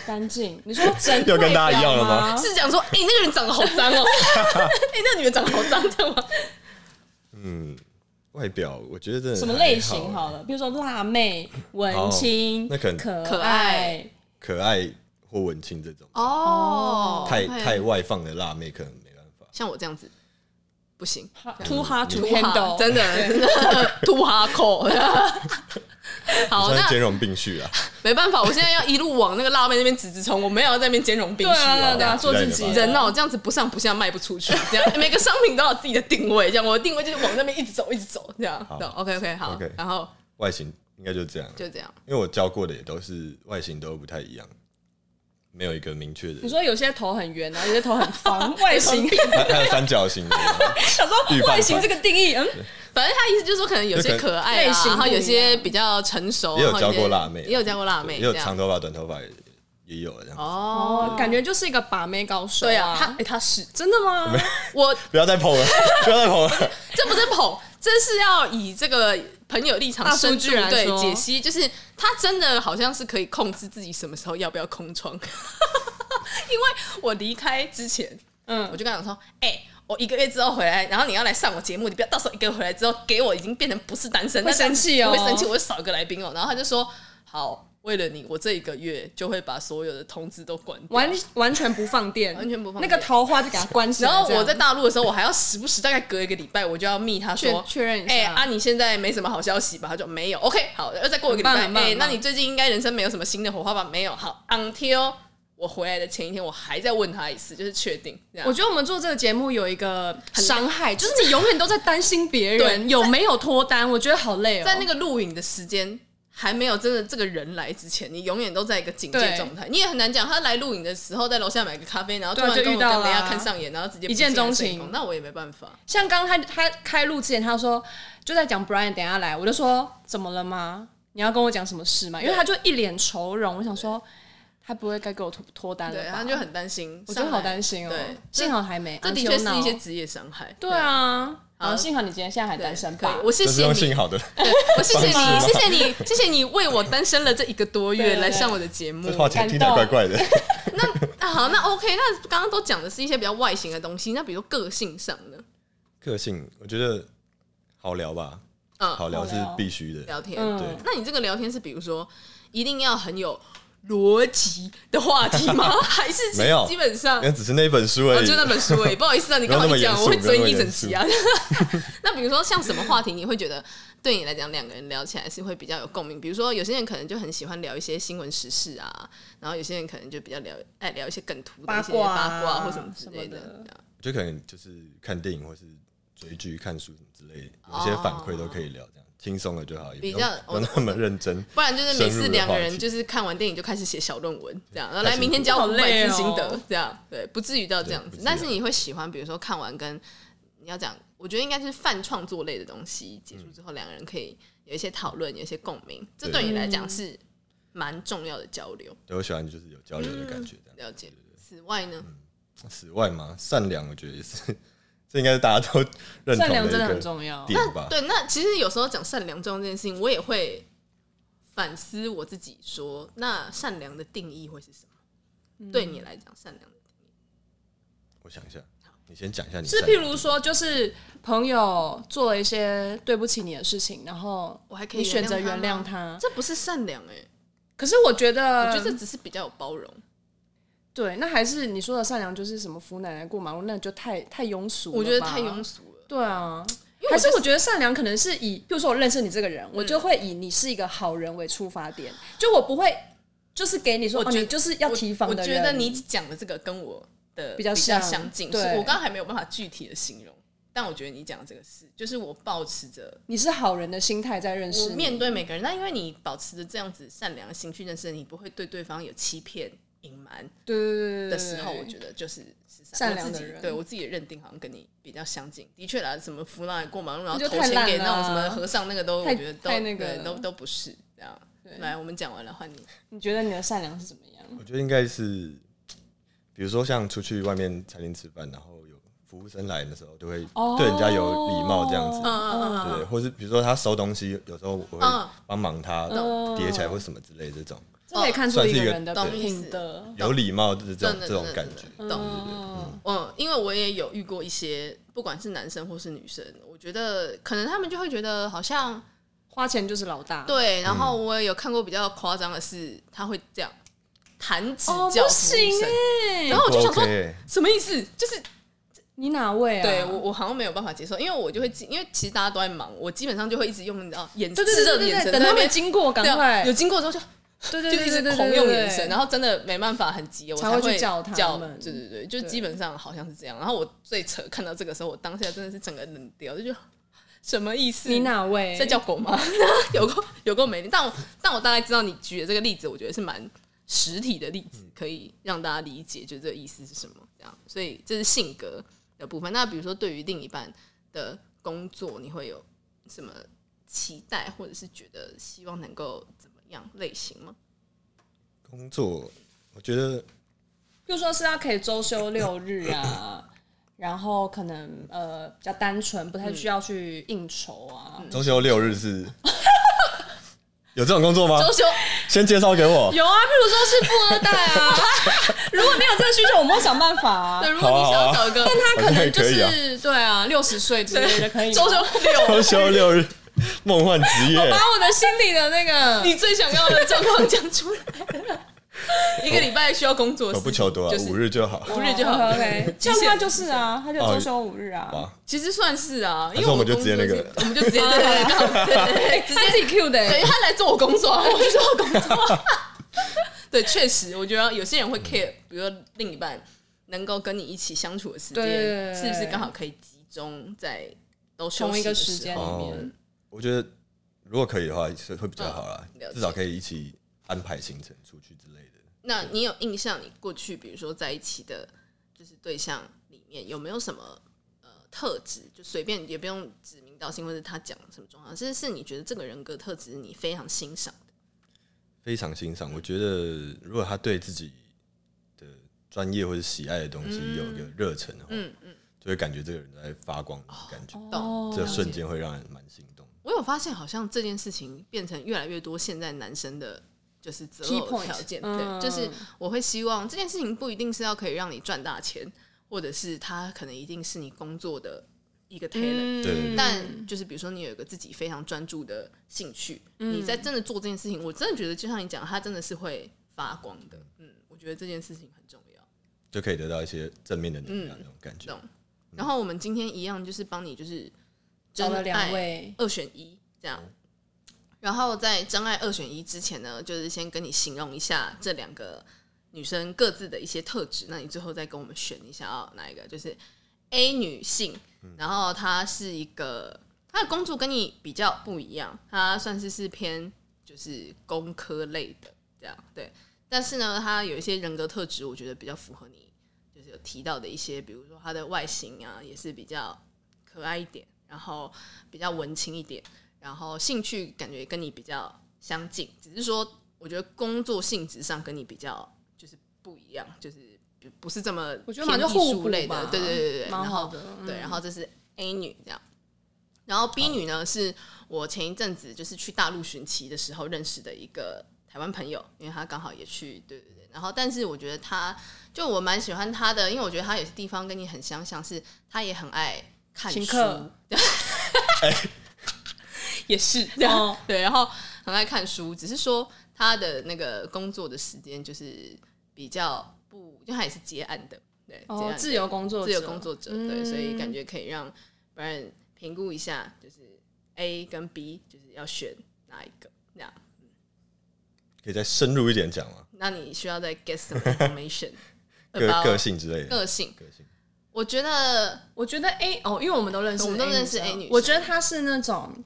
S2: 干
S4: [LAUGHS]
S2: 净。你说整
S4: 要跟大家
S2: 外表
S4: 一样了吗
S2: 吗？
S1: 是讲说，哎、那个人长得好
S2: [LAUGHS]
S1: 脏哦，哎、那女的长得好脏，这样
S4: [LAUGHS]
S1: 吗？
S4: 嗯，外表我觉得真的
S2: 什么
S4: 还
S2: 类型
S4: 好
S2: 好了？比如说辣妹、文青、
S4: 那可能
S2: 可
S1: 可
S2: 爱
S1: 爱、
S4: 可爱或文青这种，
S1: 哦
S4: 太
S1: OK
S4: 太外放的辣妹可能没办法。
S1: 像我这样子不行，
S2: too hard to
S1: 哈 [LAUGHS]
S2: handle，
S1: 真的真的 [LAUGHS] too hardcore。好，
S2: 哦
S4: 算是
S1: 那
S4: 兼容并
S2: [LAUGHS]
S4: 蓄啊，
S1: 没办法，我现在要一路往那个辣妹那边直直冲，我没有要在那边兼容并
S2: 对
S1: 蓄
S2: 啊，对啊，对啊，
S4: 啊
S2: 做自己
S1: 人哦，这样子不上不下卖不出去，这
S4: [LAUGHS]
S1: 样每个商品都有自己的定位，这样我的定位就是往那边一直走，一直走，这样
S4: 好。
S1: OK OK 好
S4: OK
S1: 然后
S4: 外形应该就这样。啊
S1: 就这样。
S4: 因为我教过的也都是外形都不太一样，没有一个明确的。
S2: 你说有些头很圆，然后有些头很
S1: [LAUGHS]
S2: 方，外形。
S4: [LAUGHS] 还还有三角形的，啊
S2: [LAUGHS] 想
S4: 预
S2: 说
S4: 判
S2: 外形这个定义，嗯，
S1: 反正他意思就是说，可能有些可爱
S2: 类
S1: 啊，
S2: 型不一样
S1: 然后有些比较成熟，
S4: 也有
S1: 然后
S4: 教过辣妹啊
S1: 也有教过辣妹，
S4: 也有
S1: 这样
S4: 长头发、短头发也也有啊这样子。
S1: 哦
S2: 哦，，感觉就是一个把妹高手。
S1: 对啊，他哎他是
S2: 真的吗？
S1: 我
S4: 不要再捧了， [LAUGHS] 不要
S2: [LAUGHS]
S4: 再捧了。
S1: 这不是捧，这是要以这个朋友立场
S2: 大数
S1: 深
S2: 据
S1: 度
S2: 来
S1: 对
S2: 说
S1: 解析，就是他真的好像是可以控制自己什么时候要不要空窗，因 [LAUGHS] 为我离开之前，
S2: 嗯
S1: 我就跟他讲说，哎、我一个月之后回来，然后你要来上我节目，你不要到时候一个月回来之后给我已经变成不是单身，
S2: 会生气哦
S1: 那这样子我会生气，我会少一个来宾哦。然后他就说，好，为了你，我这一个月就会把所有的通知都关掉。
S2: 完完全不放电，
S1: 完全不放
S2: 那
S1: 电
S2: 个桃花就给它关起来。
S1: 然后
S2: 这样
S1: 我在大陆的时候，我还要时不时大概隔一个礼拜，我就要密他说
S2: 确确认一下
S1: 哎、啊，你现在没什么好消息吧？他就没有。OK，好，要再过一个礼拜。
S2: 很棒很棒
S1: 哎、
S2: 很
S1: 那
S2: 棒
S1: 你最近应该人生没有什么新的火花吧？没有。好，until 我回来的前一天，我还在问他一次，就是确定这样。
S2: 我觉得我们做这个节目有一个伤害，就是你永远都在担心别人
S1: 对
S2: 有没有脱单，我觉得好累哦。
S1: 在那个录影的时间还没有真的这个人来之前，你永远都在一个警戒
S2: 对
S1: 状态，你也很难讲。他来录影的时候，在楼下买个咖啡，然后突
S2: 对啊
S1: 然
S2: 就
S1: 跟我
S2: 遇到
S1: 跟人
S2: 啦
S1: 家看上眼，然后直接
S2: 一见钟情
S1: 不见了那我也没办法。
S2: 像刚刚他他开录之前，他说就在讲 Brian 等一下来，我就说怎么了吗？你要跟我讲什么事吗？因为他就一脸愁容，我想说他不会该给我脱脱单了
S1: 对，
S2: 吧？
S1: 他就很担心，
S2: 我真的好担心哦
S1: 对，。
S2: 幸好还没，
S1: 这的
S2: until
S1: 确是一些
S2: now
S1: 职业伤害。
S2: 对啊，啊，
S1: 好
S2: 幸好你今天现在还
S1: 对，
S2: 单身
S1: 可以
S2: 吧？
S1: 我谢
S4: 这是
S1: 谢
S4: 用
S1: 你
S4: 幸，
S2: [LAUGHS]
S4: 好的，
S1: 对我谢谢
S2: 方
S1: 你，
S2: 式
S1: 谢谢你，谢谢你为我单身了这一个多
S2: 对
S1: 月
S2: 对对
S1: 来上我的节目
S4: 这。话
S2: 感
S4: 题
S2: 动
S4: 听起来怪怪的。 [LAUGHS]
S1: 那好，那 OK，那刚刚都讲的是一些比较外形的东西，那比如说个性上呢，
S4: 个性，我觉得好聊吧，
S1: 嗯
S4: 好聊是
S2: 好聊
S4: 必须的。
S1: 聊天，
S2: 嗯
S4: 对
S1: 那你这个聊天是比如说一定要很有逻辑的话题
S4: [LAUGHS]
S1: 吗？还是
S4: 没有
S1: 基本上
S4: 因为只是 [LAUGHS] 那一本书而
S1: 哦，
S4: 已
S1: 就。那本书而已。不好意思啊，你
S4: 不要
S1: 刚
S4: 那
S1: 好
S4: 么
S1: 一讲，
S4: 严肃
S1: 我会
S4: 不要
S1: 追
S4: 那么
S1: 一整
S4: 严肃
S1: 集啊。 [LAUGHS] 那比如说像什么话题，你会觉得对你来讲，两个人聊起来是会比较有共鸣？比如说有些人可能就很喜欢聊一些新闻时事啊，然后有些人可能就比较聊爱聊一些梗图的一些
S2: 八卦啊
S1: 八卦或什么之类的
S2: 什么的。
S1: 这样
S4: 我觉得可能就是看电影或是追剧、看书什么之类的，有一些
S2: 哦
S4: 反馈都可以聊，这样轻松了就好，也不
S1: 比
S4: 用
S1: 较
S4: 不用那么认真。
S1: 不然就是每
S4: 深入
S1: 次
S4: 的
S1: 两个
S4: 话
S1: 人
S4: 题
S1: 就是看完电影就开始写小论文，这样，然后来
S4: 太辛
S1: 明天
S4: 苦
S1: 交
S2: 了
S1: 五
S2: 好
S1: 百
S2: 累
S1: 字心
S2: 哦
S1: 得，这样对，不至于到这
S4: 对
S1: 样
S4: 不
S1: 子
S4: 至。于
S1: 但是
S4: 啊
S1: 你会喜欢，比如说看完跟你要讲，我觉得应该是泛创作类的东西结束之后，两个人可以有一些讨论，有一些共鸣，这
S4: 对
S1: 对你来讲
S4: 嗯
S1: 是蛮重要的交流。
S4: 对我喜欢就是有交流的感觉，这样。
S1: 了解。
S4: 嗯
S1: 此外呢，
S4: 此外嘛，善良我觉得也是，这应该是 [LAUGHS] 大家都认同
S2: 善良
S4: 一
S2: 真的很
S4: 个
S2: 重要。
S4: 点吧。
S1: 对，那其实有时候讲善良重要这件事情，我也会反思我自己说那善良的定义会是什么？对你来讲，善良的定义
S4: 我想一下，你先讲一下你
S2: 是
S4: 善
S2: 譬
S4: 良
S2: 如说，就是朋友做了一些对不起你的事情，然后
S1: 我还可以
S2: 你选择
S1: 原
S2: 原
S1: 谅他
S2: 谅
S1: 吗
S2: 他。
S1: 这不是善良哎、
S2: 可是我觉
S1: 我
S2: 得，
S1: 觉得这只是比较有包容。
S2: 对，那还是你说的善良，就是什么扶奶奶过马路，那就太太庸俗了吧。
S1: 我觉得太庸俗了。
S2: 对啊，还是我觉得善良可能是以，比如说我认识你这个人，我就会以你是一个好人为出发点，就我不会就是给你说
S1: 我
S2: 哦，
S1: 觉
S2: 你就是要提防
S1: 我
S2: 的
S1: 觉
S2: 人。
S1: 得你讲的这个跟我的
S2: 比较
S1: 相
S2: 像
S1: 近，是
S2: 对
S1: 我刚刚还没有办法具体的形容，但我觉得你讲的这个是，就是我保持着
S2: 你是好人的心态在认识
S1: 我
S2: 你
S1: 面对每个人，那因为你保持着这样子善良的心去认识，你不会对对方有欺骗、隐瞒
S2: 对对对对
S1: 的时候，
S2: 对
S1: 我觉得就是是
S2: 善
S1: 我
S2: 良
S1: 自
S2: 的
S1: 己
S2: 人
S1: 对我自己的认定好像跟你比较相近，的确啦，什么扶老人过马路，然后
S2: 就
S1: 投
S2: 太
S1: 钱
S2: 烂
S1: 给那种
S2: 了
S1: 什么和尚，那个都
S2: 太
S1: 我觉得都
S2: 太那个
S1: 对
S2: 了
S1: 都都不是这样。来，我们讲完了，换你。
S2: 你觉得你的善良是怎么样？
S4: 我觉得应该是，比如说像出去外面餐厅吃饭，然后有服务生来的时候，就会
S2: 哦
S4: 对人家有礼貌这样子。
S1: 嗯嗯嗯嗯
S4: 对，或是比如说他收东西，有时候我
S1: 嗯哦
S4: 会帮忙他
S2: 懂
S4: 叠起来或什么之类的这种
S2: 这可以看出
S4: 算
S2: 一
S4: 是
S2: 个
S4: 一个
S2: 人的
S1: 懂意
S2: 品
S1: 思
S2: 德。
S4: 有礼貌的这种
S1: 真的
S4: 这种
S1: 真的
S4: 感觉
S1: 真。的
S2: 嗯
S4: 对对
S1: 懂
S4: 对，
S2: 哦
S1: 嗯，因为我也有遇过一些，不管是男生或是女生，我觉得可能他们就会觉得好像
S2: 花钱就是老大。
S4: 嗯
S1: 对，然后我也有看过比较夸张的是，他会这样弹指
S2: 哦，
S1: 叫
S2: 不
S1: 服务
S2: 行
S1: 生，
S2: 哎、
S1: 然后我就想说
S4: 不 OK
S1: 什么意思？就是
S2: 你哪位啊？
S1: 对我我好像没有办法接受，因为我就会记因为其实大家都在忙，我基本上就会一直用你知道眼
S2: 对
S1: 炙
S2: 对对
S1: 热的
S2: 对
S1: 眼
S2: 对
S1: 神
S2: 对，
S1: 在
S2: 等他
S1: 那
S2: 们
S1: 边，
S2: 经过，赶
S1: 对啊
S2: 快
S1: 有经过之后就
S2: 对对
S1: 就
S2: 对
S1: 一
S2: 对
S1: 直
S2: 对，
S1: 狂用眼神，然
S2: 后
S1: 后真的没办法很急，我
S2: 才
S1: 会
S2: 会去叫他
S1: 叫
S2: 们
S1: 对对对，就
S2: 对
S1: 基本上好像是这样。然后我最扯看到这个时候，我当下真的是整个冷掉，就觉得什么意思？
S2: 你哪位？
S1: 在叫狗吗？ [LAUGHS] 有过有过没？但我但我大概知道你举的这个例子，我觉得是蛮实体的例子，可以让大家理解，就这个意思是什么。这样，所以这是性格的部分。那比如说，对于另一半的工作，你会有什么期待，或者是觉得希望能够怎么样类型吗？
S4: 工作我觉得
S2: 比如说是要可以周休六日啊，然后可能呃比较单纯，不
S1: 嗯
S2: 太需要去应酬啊。
S4: 周休六
S1: [LAUGHS]
S4: 日是有这种工作
S2: 啊
S4: 吗？
S1: 周休
S4: 先介绍给我。
S2: 有啊，譬如说是富二
S1: [LAUGHS]
S2: 代啊，如果你有这个需求，我们会想办法啊
S1: 对，。如果你想要找一个，
S2: 他可能就
S4: 好像也可以啊
S2: 是对啊，六十岁之类的可以
S1: [LAUGHS]
S2: 吗。
S1: 周休六，
S4: 周休六日，梦幻职业
S1: 哦
S2: 把。我的心里的那个
S1: 你最想要的状况讲出来。一个礼拜需要工作，
S4: 我不求多啊
S1: 就，是
S4: 五日就好。
S1: 五日就好 [LAUGHS]
S2: OK，像哦他就是啊，他就周休五日啊，
S4: 哇，
S1: 其实算是啊，因
S4: 还
S1: 为
S4: 是我们
S1: 工
S4: 就
S1: 作
S4: 直接那个
S1: 是我们就直接对对对
S2: [LAUGHS]
S1: 对，哎直
S2: 哎他自
S1: 接
S2: 己 Q 的欸
S1: 对，他来做我工作啊，我去做我工作啊。 [LAUGHS] 对，确实，我觉得有些人会
S4: 嗯
S1: care，比如说另一半能够跟你一起相处的时间，
S2: 对
S1: 是不是刚好可以集中在都休息
S2: 同一个
S1: 的
S2: 时间
S1: 候
S2: 里
S4: 哦
S2: 面，，
S4: 我觉得如果可以的话，是会比较好啦
S1: 嗯了，解
S4: 至少可以一起安排行程出去之类的。
S1: 那你有印象，你过去比如说在一起的，就是对象里面有没有什么呃特质？就随便也不用指名道姓，或者他讲什么状况，是是你觉得这个人格特质你非常欣赏的？
S4: 非常欣赏，我觉得如果他对自己的专业或者喜爱的东西有一个热忱的话，
S1: 嗯嗯，
S4: 就会感觉这个人在发光的感觉，
S2: 哦
S1: 懂。
S4: 这瞬间会让人蛮心动。
S1: 我有发现，好像这件事情变成越来越多现在男生的，就是择
S2: Key
S1: 偶
S2: point，
S1: 条件。
S2: 嗯
S1: 对，就是我会希望这件事情不一定是要可以让你赚大钱，或者是他可能一定是你工作的一个 talent，、
S2: 嗯
S4: 对对对
S1: 但就是比如说你有一个自己非常专注的兴趣，你
S2: 嗯
S1: 在真的做这件事情，我真的觉得就像你讲，它真的是会发光的。嗯，我觉得这件事情很重要。
S4: 就可以得到一些正面的能
S2: 嗯
S4: 量，那种感觉
S1: 懂。然后我们今天一样就是帮你就是
S2: 找
S1: 真
S2: 了两
S1: 爱
S2: 位，
S1: 二选一这样。然后在真爱二选一之前呢，就是先跟你形容一下这两个女生各自的一些特质，那你最后再跟我们选你想要哪一个。就是 A 女性，然后她是一个她的工作跟你比较不一样，她算是是偏就是工科类的这样对，但是呢，她有一些人格特质，我觉得比较符合你就是有提到的一些，比如说她的外形啊，也是比较可爱一点，然后比较文青一点，然后兴趣感觉跟你比较相近，只是说我觉得工作性质上跟你比较就是不一样，就是不不是这么
S2: 我觉得蛮就
S1: 偏艺
S2: 互
S1: 术
S2: 补
S1: 类
S2: 吧
S1: 的，对对对对，
S2: 蛮
S1: 然
S2: 好
S1: 后
S2: 的嗯
S1: 对，然后这是 A 女这样。然后 B 女呢，是我前一阵子就是去大陆寻奇的时候认识的一个台湾朋友，因为她刚好也去，对对对。然后，但是我觉得她，就我蛮喜欢她的，因为我觉得她有些地方跟你很相像，是她也很爱看
S2: 请
S1: 书，
S2: 客
S1: 也是这样、 [LAUGHS]
S2: 哦
S1: 对，然后很爱看书，只是说她的那个工作的时间就是比较不，因为她也是接案的，对，接案
S2: 哦，
S1: 的
S2: 自由工作，
S1: 自由工，作者，对，
S2: 嗯
S1: 所以感觉可以让别人评估一下，就是 A 跟 B 就是要选哪一个。那样，
S4: 可以再深入一点讲吗？
S1: 那你需要再 get some information
S4: [LAUGHS] 个
S1: about
S4: 个性之类的，
S1: 个性。
S4: 个性
S1: 我觉得
S2: 我觉得 A 哦，因为我们都认识，
S1: 我们都认识 A 女生
S2: 我觉得她是那种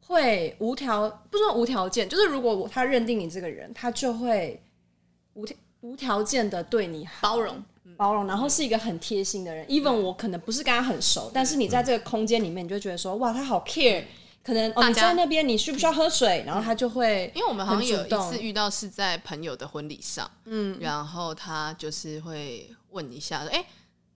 S2: 会无条，不是说无条件，就是如果我他认定你这个人，他就会无条无条件的对你好
S1: 包容，
S2: 包容，然后是一个很贴心
S1: 嗯
S2: 的人。even 我可能不是跟他很熟，但是你在这个空间里面，你就会觉得说，哇，他好 care。可能哦，
S1: 大
S2: 你
S1: 家嗯
S2: 在那边，你需不需要喝水？然后他就会很主动，
S1: 因为我们好像有一次遇到是在朋友的婚礼上，嗯，然后他就是会问一下，哎、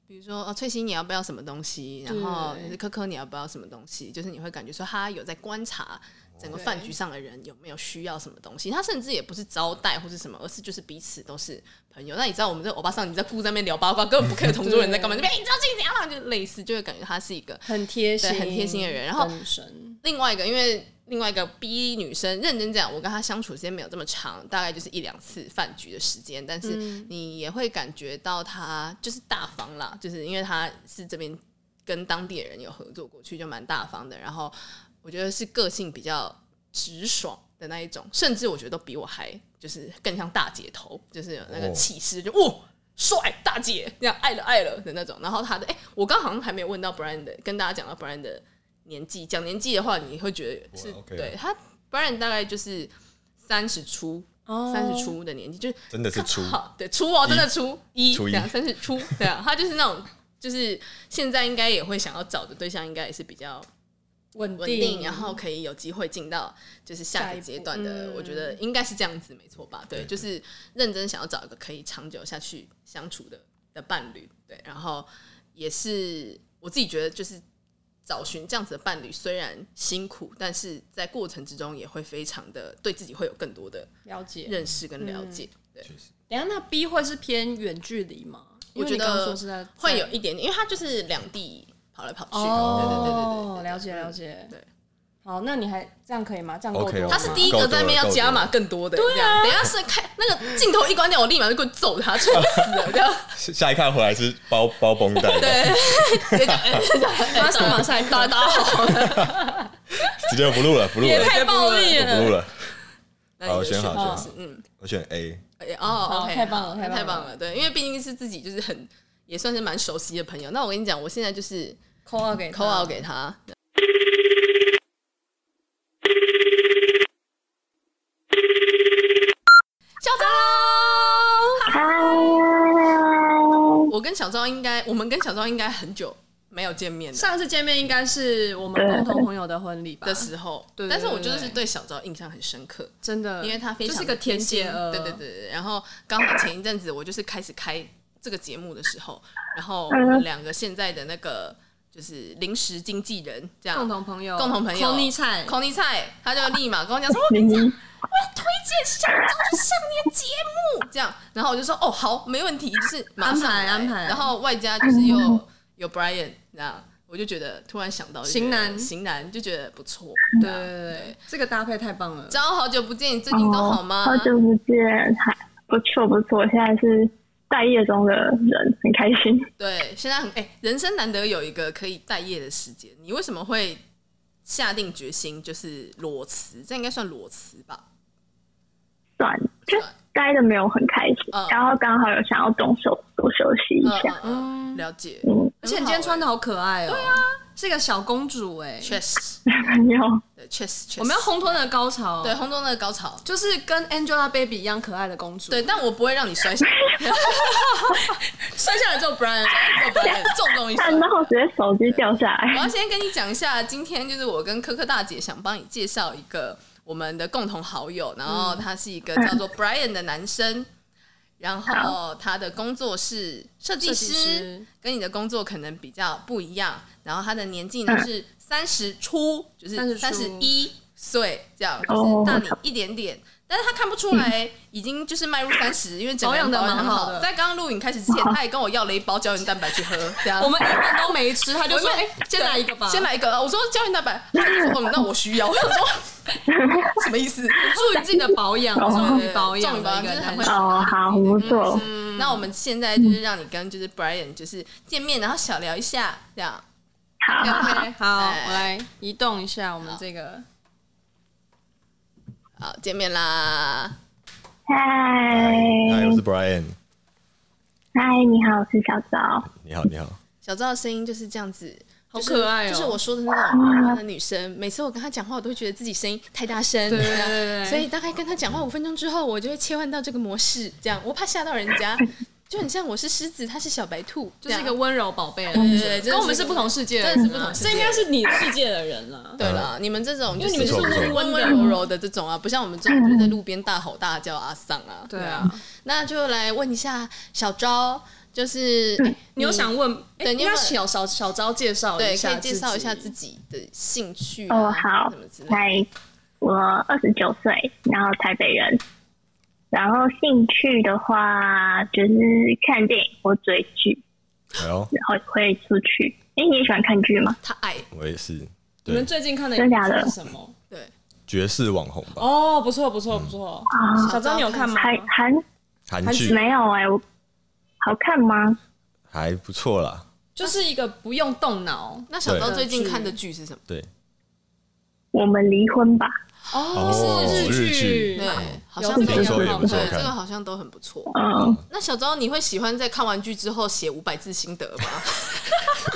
S1: 比如说哦，翠欣你要不要什么东西？然后
S2: 对
S1: 科科你要不要什么东西？就是你会感觉说他有在观察整个饭局上的人有没有需要什么东西。他甚至也不是招待或是什么，而是就是彼此都是朋友。那你知道我们这欧巴桑你在顾在那边聊八卦，根本不 care 同桌人在干嘛？那边、哎你知道这个怎样吗？就类似，就会感觉他是一个
S2: 很贴心，
S1: 对很贴心的人然后
S2: 女生
S1: 另外一个，因为另外一个 B 女生，认真讲，我跟她相处时间没有这么长，大概就是一两次饭局的时间，但是你也会感觉到她就是大方啦，就是因为她是这边跟当地人有合作过去，就蛮大方的。然后我觉得是个性比较直爽的那一种，甚至我觉得都比我还就是更像大姐头，就是有那个
S4: 哦
S1: 气势，就哦。帅大姐这样爱了爱了的那种，然后她的哎、我刚好像还没有问到 Brian 的，跟大家讲到 Brian 的年纪，讲年纪的话，你会觉得是
S4: 哇，OK 啊
S1: 对他，Brian 大概就是三十出，
S2: 哦
S1: 三十出的年纪，就是
S4: 真的是出
S1: 刚好对出哦，真的出一
S4: 初
S1: 这
S4: 一
S1: 样三十出，对啊，他就是那种就是现在应该也会想要找的对象，应该也是比较
S2: 稳
S1: 稳定，然后可以有机会进到就是下一个阶段
S2: 下一
S1: 的，
S2: 步嗯
S1: 我觉得应该是这样子，没错吧？对，
S4: 对
S1: 就是认真想要找一个可以长久下去相处的的伴侣，对，然后也是我自己觉得就是。找寻这样子的伴侣虽然辛苦，但是在过程之中也会非常的对自己会有更多的
S2: 了解。
S1: 认识跟了解。对，
S2: 等一下那 B 会是偏远距离吗？
S1: 我觉
S2: 因为你刚刚
S1: 得
S2: 说是在
S1: 会有一点点，因为他就是两地跑来跑去，
S2: 哦，
S1: 对对对对对对，
S2: 了解了解。
S1: 对，
S2: 好，那你还这样可以吗？这样哦够
S4: OK，
S2: 多吗？
S1: 他
S4: 他
S1: 是
S4: 是
S1: 第
S4: 第
S1: 一
S4: 一
S1: 个
S4: 个
S1: 在
S4: 在
S1: 那边
S4: 那边
S1: 要
S4: 要
S1: 加
S4: 加
S1: 码
S4: 码
S1: 更多的，对啊，等一下是开那个镜头一关掉，我立马就过去揍他，臭死了，
S2: [LAUGHS]
S1: 这样
S4: 下下一看回来是包包绷带，
S1: 直接讲，马上马上打 [LAUGHS] 打好，
S4: 直接不录了，不录
S2: 也
S4: 了，
S2: 太暴力
S4: 我不录
S2: 了。
S4: 了。好，选好，选
S2: 好
S4: 好，
S1: 嗯，
S4: 我选 A。
S1: 哦
S2: 好
S1: ，OK，
S2: 太棒了
S1: 好
S2: 太棒了
S1: 太棒了，对，因为毕竟是自己就是很也算是蛮熟悉的朋友，那我跟你讲，我现在就是
S2: 扣二给他
S1: 扣号给他，小昭喽！
S5: 嗨，
S1: 我跟小昭应该，我们跟小昭应该很久没有见面了。
S2: 上次见面应该是我们共同朋友的婚礼吧
S1: 的？时候，
S2: 对对
S1: 但是我就是
S2: 对
S1: 对小昭印象很深刻，
S2: 真的，
S1: 因为她非常
S2: 就是个呃甜姐
S1: 儿，
S2: 儿，
S1: 对对对对。然后刚好前一阵子我就是开始开这个节目的时候，然后我
S2: 嗯
S1: 们两个现在的那个就是临时经纪人这样
S2: 共同朋友，
S1: 共同朋友
S2: 空逆菜，
S1: 孔尼菜，他就立马跟我讲
S2: [LAUGHS]
S1: 说，我哦跟你讲，我要推荐小周去上你的节目，这样，然后我就说哦好，没问题，就是马上来
S2: 安排安排
S1: 然后外加就是又有 Brian，这样，我就觉得突然想到就觉得
S2: 型男
S1: 型男就觉得不错，
S2: 对对对对，这个搭配太棒了。
S1: 张好久不见，你最
S2: 哦
S1: 近都好吗？
S5: 好久不见，还不错不错，我现在是待业中的人，很开心。
S1: 对，现在很哎、人生难得有一个可以待业的时间，你为什么会下定决心就是裸辞？这应该算裸辞吧？
S5: 算了，就
S1: 算
S5: 待的没有很开心，
S1: 嗯
S5: 然后刚好有想要动手多休息一
S1: 嗯
S5: 下。
S1: 嗯嗯，
S2: 嗯，
S1: 了解，
S5: 嗯，
S2: 而且你今天穿的好可爱哦，对啊，是个小公主哎。
S1: 欸确实，
S5: 没有，
S1: 对，确实，确实，
S2: 我们要烘托那个高潮，
S1: 对，轰动那个高潮。
S2: 就是跟 Angelababy 一样可爱的公主。
S1: 对，，但我不会让你摔下，
S2: [LAUGHS] 摔下来之后 Brian
S1: 我不会
S2: [LAUGHS]
S1: 重重一摔。
S5: 看到直接手机掉下
S1: 我
S5: 来。
S1: 要先跟你讲一下，今天就是我跟科科大姐想帮你介绍一个我们的共同好友，然后他是一个叫做 Brian 的男生，然后他的工作是设计
S2: 设计
S1: 师
S2: 师，
S1: 跟你的工作可能比较不一样，然后他的年纪呢是三十出，就是三
S2: 30
S1: 十
S2: 出
S1: 一岁这样，就
S5: 哦
S1: 是大你一点点。但是他看不出来，已经就是迈入三十，因为整个人
S2: 保养得
S1: 得
S2: 蛮
S1: 很
S2: 好的
S1: 在刚刚录影开始之前，他也跟我要了一包胶原蛋白去喝，这样
S2: 我们一般都
S1: [LAUGHS]
S2: 没吃，他就说：“
S1: 我
S2: 哎
S1: 们，
S2: 先来一个吧，
S1: 先来一个。呃我说胶原蛋
S2: [LAUGHS]
S1: 白，他就说嗯，那我需要。我想说什么意思？
S2: 注意自己的保 [LAUGHS] 养，重于保
S1: 重
S2: 养
S1: 于保养
S2: 的一个
S1: 就是很
S2: 男
S1: 会
S2: 生。
S5: 哦，好，不
S1: 嗯
S5: 错，
S2: 嗯
S1: 那我们现在就是让你跟就是 Brian 就是见面，然后小聊一下，这样。
S5: 好好好，
S2: OK，好，
S1: 哎
S2: 我来移动一下我们这个。
S1: 好，见面啦！
S5: 嗨，
S1: 嗯
S4: 嗨，我是 Brian。
S5: 嗨，你好，我是小赵。
S4: 你好，你好。
S1: 小赵的声音就是这样子，
S2: 好可爱哦
S1: 就是就是我说的那种温柔的女生。每次我跟她讲话，我都会觉得自己声音太大声，
S2: 对
S1: 这样
S2: 对对对
S1: 所以大概跟她讲话五分钟之后，我就会切换到这个模式，这样我怕吓到人家，就很像我是狮子，她是小白兔，
S2: 就是一
S1: 这
S2: 个
S1: 样
S2: 温柔宝贝的
S1: 对对
S2: 人，
S1: 对，真的
S2: 跟我们是不同世界的人啊，
S1: 真的是不同世界
S2: 这应该是你世界的人了。
S1: 对了，你们这种就是
S4: 嗯因为你们就是
S1: 温
S4: 温
S1: 温柔柔的这种啊，不像我们这种就是在路边大吼大叫阿丧啊。
S2: 对啊，
S1: 那就来问一下小昭，就是
S2: 你有想问？哎，
S1: 对你有没
S2: 应该
S1: 有
S2: 小小小招介绍
S1: 对，
S2: 一
S1: 可
S2: 下，
S1: 以介绍一下自。己的兴趣啊
S5: 哦，好
S1: 什么之，类的。
S5: 嗨，我二十九岁，然后台北人，然后兴趣的话就是看电影或追剧，
S4: 哎呦，
S5: 然后会出去。哎、你也喜欢看剧吗？
S1: 他爱
S4: 我也是，
S2: 你们
S4: 对，
S2: 最近看的
S5: 真假的
S2: 影集是什么？
S1: 对
S4: 绝世网红吧，
S2: 哦，不错不错不错。
S5: 啊、
S2: 小张，你有看
S1: 嗯
S2: 吗？
S5: 还还
S4: 韩剧
S5: 没有哎、我好看吗？
S4: 还不错啦。
S2: 就是一个不用动脑
S1: 那小
S4: 对
S1: 昭最近看的剧是什么？
S4: 对，
S5: 我们离婚吧，
S4: 哦
S2: 是
S4: 日
S2: 剧
S4: 剧
S1: 对
S4: 嗯，
S1: 好像
S2: 有
S1: 都
S2: 听
S4: 说也不错
S1: 对，
S4: 看
S1: 这个好像都很不错。
S5: 嗯，
S1: 那小昭，你会喜欢在看完剧之后写五百字心得
S4: [LAUGHS]
S1: 吗？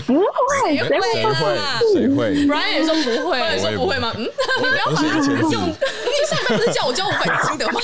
S5: 不会，
S4: 哎
S5: 谁会
S4: 谁会？谁会？
S2: Brian 也说不会， [LAUGHS]
S1: 你说
S4: 也
S1: 不
S4: 不
S1: 会吗？嗯， [LAUGHS]
S4: 我写一千字，
S1: 你上面不是叫我交五百字心得吗？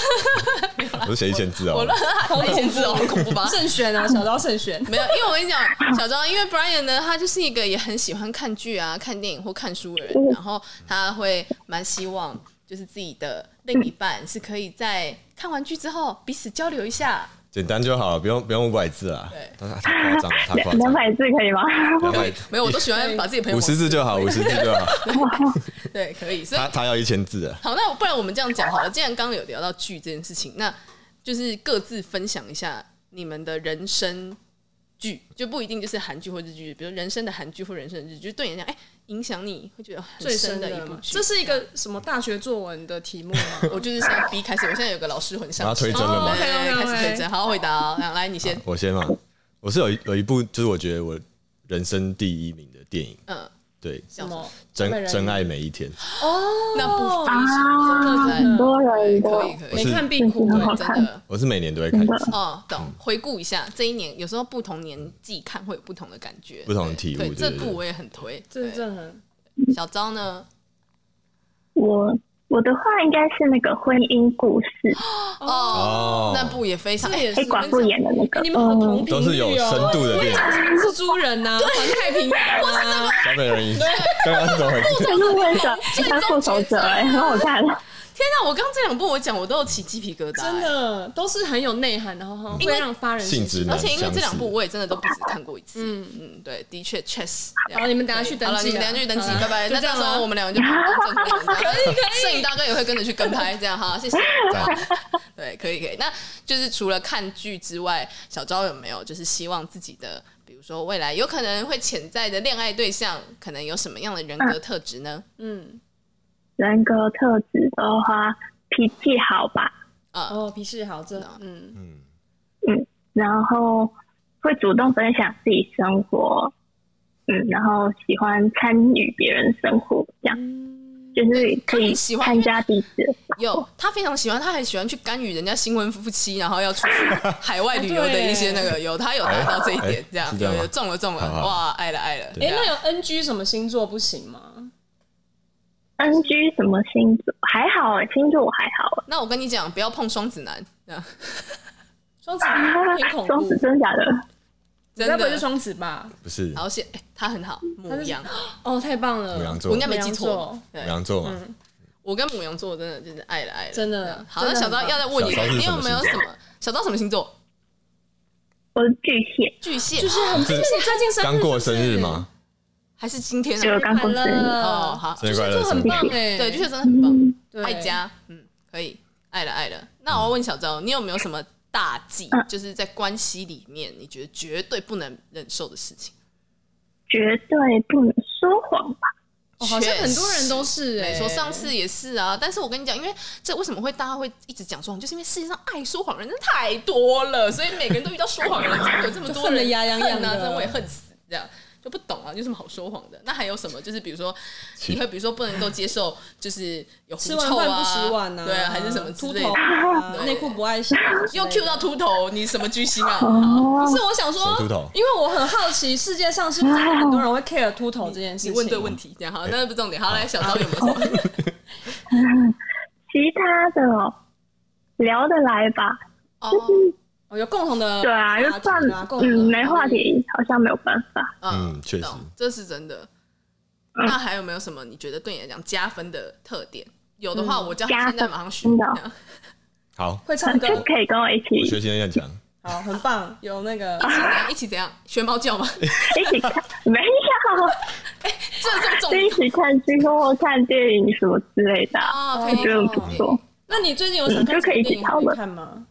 S4: 我写一千字哦。
S2: 好
S1: 以前知道很恐怖 [LAUGHS] 吧
S2: 慎选啊，小刀慎选。
S1: 没有，因为我跟你讲，小张，因为 Brian 呢，他就是一个也很喜欢看剧啊、看电影或看书的人，然后他会蛮希望就是自己的另一半是可以在看完剧之后彼此交流一下。
S4: 简单就好了，不用不用五百字啦。
S1: 对
S4: 他他太夸张了，太夸张
S5: 两
S4: 了。
S5: 两百字可以吗？
S4: 两百
S1: 没有，我都喜欢把自己朋友
S4: 五十字就好，五十字就 [LAUGHS] 好。
S1: 对，可以。所以
S4: 他他要一千字啊，
S1: 好，那不然我们这样讲好了。既然刚刚有聊到剧这件事情，那就是各自分享一下你们的人生剧，就不一定就是韩剧或日剧，比如人生的韩剧或人生的日剧，就对你来讲，哎、影响你会觉得很
S2: 最
S1: 深
S2: 深
S1: 的
S2: 的
S1: 一
S2: 一
S1: 部
S2: 部
S1: 剧。
S2: 这是一个什么大学作文的题目吗？
S1: 我就是先 B 开始，我现在有个老师很
S4: 我
S1: 想
S4: 要推真
S1: 针，
S4: 的
S2: 哦
S4: 吗？
S1: 对对对
S2: OK，OK，OK
S1: 开始推针，好好回答哦。来来，你先，
S4: 我先嘛，我是有一有一部，就是我觉得我人生第一名的电影，
S1: 嗯，
S4: 对，
S1: 什
S2: 什么？
S4: 真
S2: 本人
S4: 真爱每一天，
S1: 那不非
S5: 啊，
S1: 常
S5: 很
S1: 真的
S5: 多人都
S1: 可以可以，
S4: 我
S2: 没
S4: 是
S2: 看必哭
S5: 真的好
S2: 的，
S5: 看
S1: 真的。
S4: 我是每年都会看一
S5: 嗯
S4: 次，
S1: 哦，懂。回顾一下这一年，有时候不同年纪看会有不同的感觉，
S4: 不同的体悟
S1: 对，
S4: 对
S1: 这
S4: 对对
S1: 部我也很推。
S2: 这是
S1: 对
S2: 真的很。
S1: 小昭呢？
S5: 我我的话应该是那个婚姻故事，
S1: 哦
S4: 哦，
S1: 那部也非常，
S2: 这也是
S5: 黑寡妇演的那
S2: 哎
S5: 个，嗯
S2: 你们好同频率
S4: 都
S2: 哦
S4: 是有深度的电影。
S2: [LAUGHS] 蜘蛛人呐，环太平洋啊，
S4: 小美人鱼，刚刚是怎么回事？
S1: 哦
S5: 就是为了他复仇者，哎，很好看。
S1: 天哪！我刚刚这两部我讲，我都有起鸡皮疙瘩，
S2: 真
S1: 哎。
S2: 的都是很有内涵，然后
S1: 因
S2: 会
S1: 为
S2: 让发人深
S4: 性
S2: 省
S4: 质
S1: 而
S4: 蛮
S1: 且因为
S4: 相
S1: 这两
S4: 似
S1: 部我也真的都不止看过一次，
S2: 嗯
S1: 嗯嗯，对，的确确实。
S2: 好你们等下去登
S1: 好了，你
S2: 记啊
S1: 们等下去登记
S2: 好，啦
S1: 拜拜。
S2: 就
S1: 那
S2: 这
S1: 到
S2: 样
S1: 时候
S2: 啦
S1: 我们两个就不登
S2: [LAUGHS]
S1: 记了可以可以。 [LAUGHS] 摄影大哥也会跟着去跟拍，这样哈，谢谢。
S4: 赞
S1: 对，可以可以。那就是除了看剧之外，小昭有没有就是希望自己的，比如说未来有可能会潜在的恋爱对象，可能有什么样的人格特质呢？
S2: 嗯，
S5: 人格特质的话，脾气好吧，
S1: 啊，
S2: 哦，脾气好，这嗯，
S4: 嗯，
S5: 然后会主动分享自己生活，嗯，然后喜欢参与别人生活，这样就是可以
S1: 喜欢
S5: 参加彼此的生活。
S1: 有，他非常喜欢，他还喜欢去干预人家新婚夫妻，然后要出去海外旅游的一些那个，有他有达到这一
S4: 哎
S1: 点
S4: 哎，
S1: 这样
S4: 是这
S1: 有
S4: 样吗
S1: 有中了中了
S4: 好，好
S1: 哇，爱了爱了。
S2: 哎，
S1: 对啊
S2: 那有 NG 什么星座不行吗？
S5: NG 什么星座还好哎、星座我还好、
S1: 那我跟你讲，不要碰双子男，这样
S2: 双子
S1: 啊
S2: [LAUGHS]
S5: 欸
S2: 偏，
S5: [LAUGHS]
S2: 恐
S5: 双
S2: 怖
S5: 子，真的假的？
S1: 真
S2: 该不会是
S1: 的。
S2: 双子吧？
S4: 不是
S1: 然后现哎他很好，母
S2: 他是
S1: 羊，
S2: 哦，太棒了，
S4: 母羊
S1: 我
S4: 座
S1: 应，该没记
S2: 母
S1: 错
S2: 羊座。
S1: 对嗯
S4: 母，羊座嘛，
S1: 我跟母羊座真的就是爱了爱了，
S2: 真的
S1: 这样好，
S2: 真
S1: 那
S2: 的
S1: 小
S2: 很
S1: 昭
S2: 棒
S1: 要再问你，
S4: 小昭是
S1: 你
S4: 什
S1: 有
S4: 么
S1: 没有
S4: 星
S1: 什
S4: 座
S1: 么？小昭什么星座？
S5: 我是巨蟹，
S1: 巨蟹，
S2: 就是很，
S4: 是
S2: 就是你最近生日
S4: 刚过生日
S2: 吗？
S4: 嘛，
S1: 还是今天
S5: 就
S1: 啊
S5: 是？刚过生日，
S1: 哦，
S2: 哦，
S1: 好，
S4: 生日快
S2: 这
S4: 乐，生
S2: 很
S4: 日快
S2: 棒
S4: 乐。
S2: 哎，
S1: 对，巨蟹真的很棒，
S2: 对
S1: 爱家，嗯，可以，爱了爱了。那我要问小昭，你有没有什么大忌？
S5: 嗯
S1: 就是在关系里面，你觉得绝对不能忍受的事情？
S5: 绝对不能说谎吧？
S2: 哦好像很多人都是哎，
S1: 没错，上次也是啊。但是我跟你讲，因为这为什么会大家会一直讲说谎，就是因为世界上爱说谎的人真的太多了，所以每个人都遇到说谎的人，怎么有这么多
S2: [LAUGHS] 就恨
S1: 人
S2: 得牙痒痒
S1: 恨
S2: 的
S1: 啊？真的我也恨死，这样就不懂啊，有什么好说谎的？那还有什么？就是比如说，你会比如说不能够接受，就是有狐
S2: 吃
S1: 臭啊，
S2: 完饭不洗碗啊，
S1: 对啊，还是什么之
S2: 秃
S1: 类
S2: 头
S1: 的。
S2: 啊
S1: 对
S2: 内裤不爱洗啊之类的，
S1: 又 Q 到秃头，你什么居心
S2: [LAUGHS]
S1: 啊？
S5: 哦
S2: 不，是，我想
S4: 谁
S2: 说
S4: 秃头
S2: 因为我很好奇，世界上是不是很多人会 care 秃头这件事
S1: 你
S2: 情？
S1: 问对问题，这样好，那不重点。好，来小超有没有什么？
S5: 其他的哦，聊得来吧？
S1: 哦，
S2: 哦，有共同的
S5: 对啊，就
S2: 话题
S5: 算
S2: 共同的
S5: 嗯没话题，好像没有办法。
S1: 啊
S4: 嗯确实
S1: 懂这是真的。
S2: 嗯
S1: 那还有没有什么你觉得对你来讲加分的特点？有的
S2: 嗯
S1: 话，我叫他现在马上学。
S5: 加分
S1: 这样
S2: 会唱歌
S5: [LAUGHS] 就可以跟我一
S4: 我
S5: 起
S4: 学今天讲，
S2: 好，很棒，有那个
S5: 啊
S1: 一起怎
S2: [LAUGHS]
S1: 样？一起怎样？学猫叫吗？
S4: 哎
S5: 一起看，没有，
S1: 这这么重
S5: 就一起看剧或看电影什么之类的啊，
S2: 哦
S1: 啊，可
S5: 我
S1: 以
S5: 觉得很不错。
S2: 那你最近有想看
S5: 嗯就可以一起
S2: 什么电影
S5: 讨论
S2: 会看吗？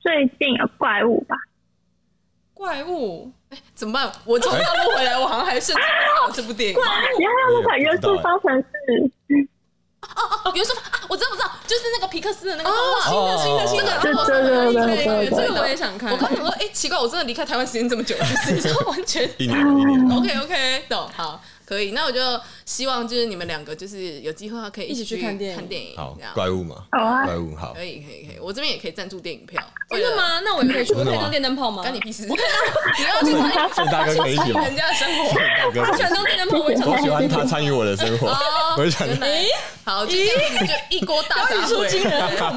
S5: 最近有怪物吧？
S2: 怪物，
S1: 怎么办？我从大陆回来，我好像还甚至不知道有这部电影。
S5: 然后我感觉
S4: 我也不知道
S5: 是方程式，
S1: 哦，原说啊，我知道，我知道，就是那个皮克啊斯的那个动画。
S4: 哦
S5: 对
S1: 我
S5: 对对
S2: 对
S5: 对对
S2: 对，这
S5: 对
S2: 个我也想看。
S1: 我刚想说，哎，奇怪，我真的离开台湾时间这么久，就是说完
S2: [LAUGHS]
S1: 全
S4: 一年了一年了，
S1: OK OK，懂好，可以。那我就希望就是你们两个就是有机会的话可以
S2: 一起
S1: 去
S2: 去看电影
S1: 看电影，
S4: 好
S1: 这样，
S4: 怪物嘛，
S5: 好啊，
S4: 怪物好
S1: 可，以可以可以。我这边也可以赞助电影票，
S2: 真的？吗？那我也可以去，我
S4: 真的
S2: 可
S4: 吗
S2: 以当电灯泡吗？
S1: 关你屁事！ [LAUGHS] 你要去
S4: 所以大哥可以
S1: [LAUGHS]
S4: 一起吗？
S1: 人家的生活。
S4: 大哥，
S2: 他喜欢当电灯泡，我也想
S4: 我
S2: 当
S4: 喜欢他参与我的生活，我就想
S1: 哦原来好，就这样子就一锅大杂
S2: 语出
S1: 烩，
S2: 惊人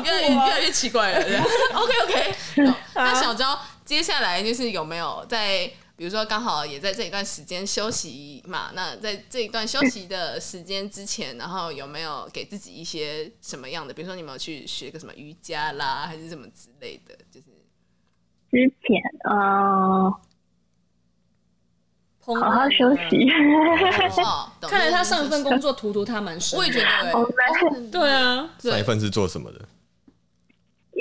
S1: 越来越
S2: 啊
S1: 越来越奇怪了。这
S2: [LAUGHS]
S1: 样 OK OK，那小昭接下来就是有没有在，比如说刚好也在这一段时间休息嘛？那在这一段休息的时间之前，然后有没有给自己一些什么样的，比如说你有没有去学个什么瑜伽啦，还是什么之类的？就是
S5: 之前呃，
S2: 蓬勃
S5: 好好休息。
S1: 哦，懂
S2: 看来他上一份，工作哦荼毒他蛮深的。
S1: 我也觉得欸
S5: 我们
S2: 对啊，
S4: 上一份是做什么的？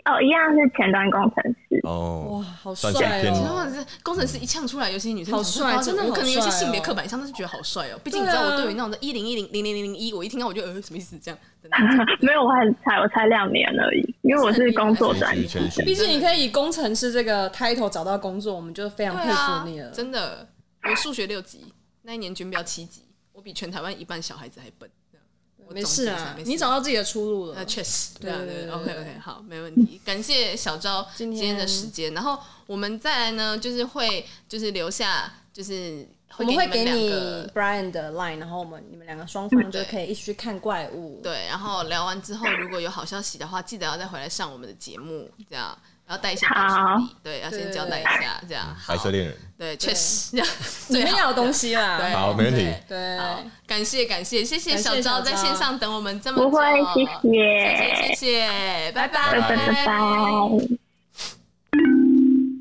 S5: 哦，一样是前端工程师，
S2: 哇，
S4: 哦，
S2: 好
S4: 算是
S2: 帅
S4: 偏
S1: 然
S2: 哦！
S1: 后是工程师一呛出来，尤其是女生，
S2: 好帅
S1: 我想说
S2: 真的好
S1: 我可能有一些性别
S2: 帅哦
S1: 刻板印象，但是觉得好帅哦。毕竟你
S2: 对啊
S1: 知道，我对于那种的一零一零零零零零一，我一听到我就呃什么意思这
S2: [LAUGHS]
S1: 样的那种。
S5: 没有，我很才我才两年而已，因为我是工作专
S4: 谦虚谦虚
S2: 毕竟你可以以工程师这个 title 找到工作，我们就非常
S1: 对
S2: 佩
S1: 啊
S2: 服你了。，
S1: 真的，我数学六级，那一年军标七级，我比全台湾一半小孩子还笨。这样我
S2: 没
S1: 总
S2: 事
S1: 结一下
S2: 啊，
S1: 没事
S2: 你找到自己的出路
S1: 那
S2: 了。
S1: 确实，对啊
S2: 对
S1: 对
S2: 对
S1: ，OK
S2: 对
S1: OK，好，没问题。感谢小昭今
S2: 今天
S1: 天的时间，然后我们再来呢，就是会就是留下，就是
S2: 我们会
S1: 给你
S2: 给
S1: 们
S2: 你
S1: 两个
S2: Brian 的 line，然后我们你们两个双方就可以一起去看怪物。
S1: 对，然后聊完之后，如果有好消息的话，记得要再回来上我们的节目，这样，然后带一些伴手礼，对，要先交代一下，这样。好
S4: 白色恋人，
S1: 对，确实，这样
S2: 里
S1: 最
S2: 面
S1: 好
S2: 要有东西啦。
S1: 对
S4: 好，没问题
S1: 对。
S2: 对，
S1: 好，感谢感谢，谢谢
S2: 感谢
S1: 小昭
S2: 小
S1: 在
S2: 昭
S1: 线上等我们这么久，
S5: 不会，谢
S1: 谢谢谢谢，拜拜
S5: 拜拜拜拜。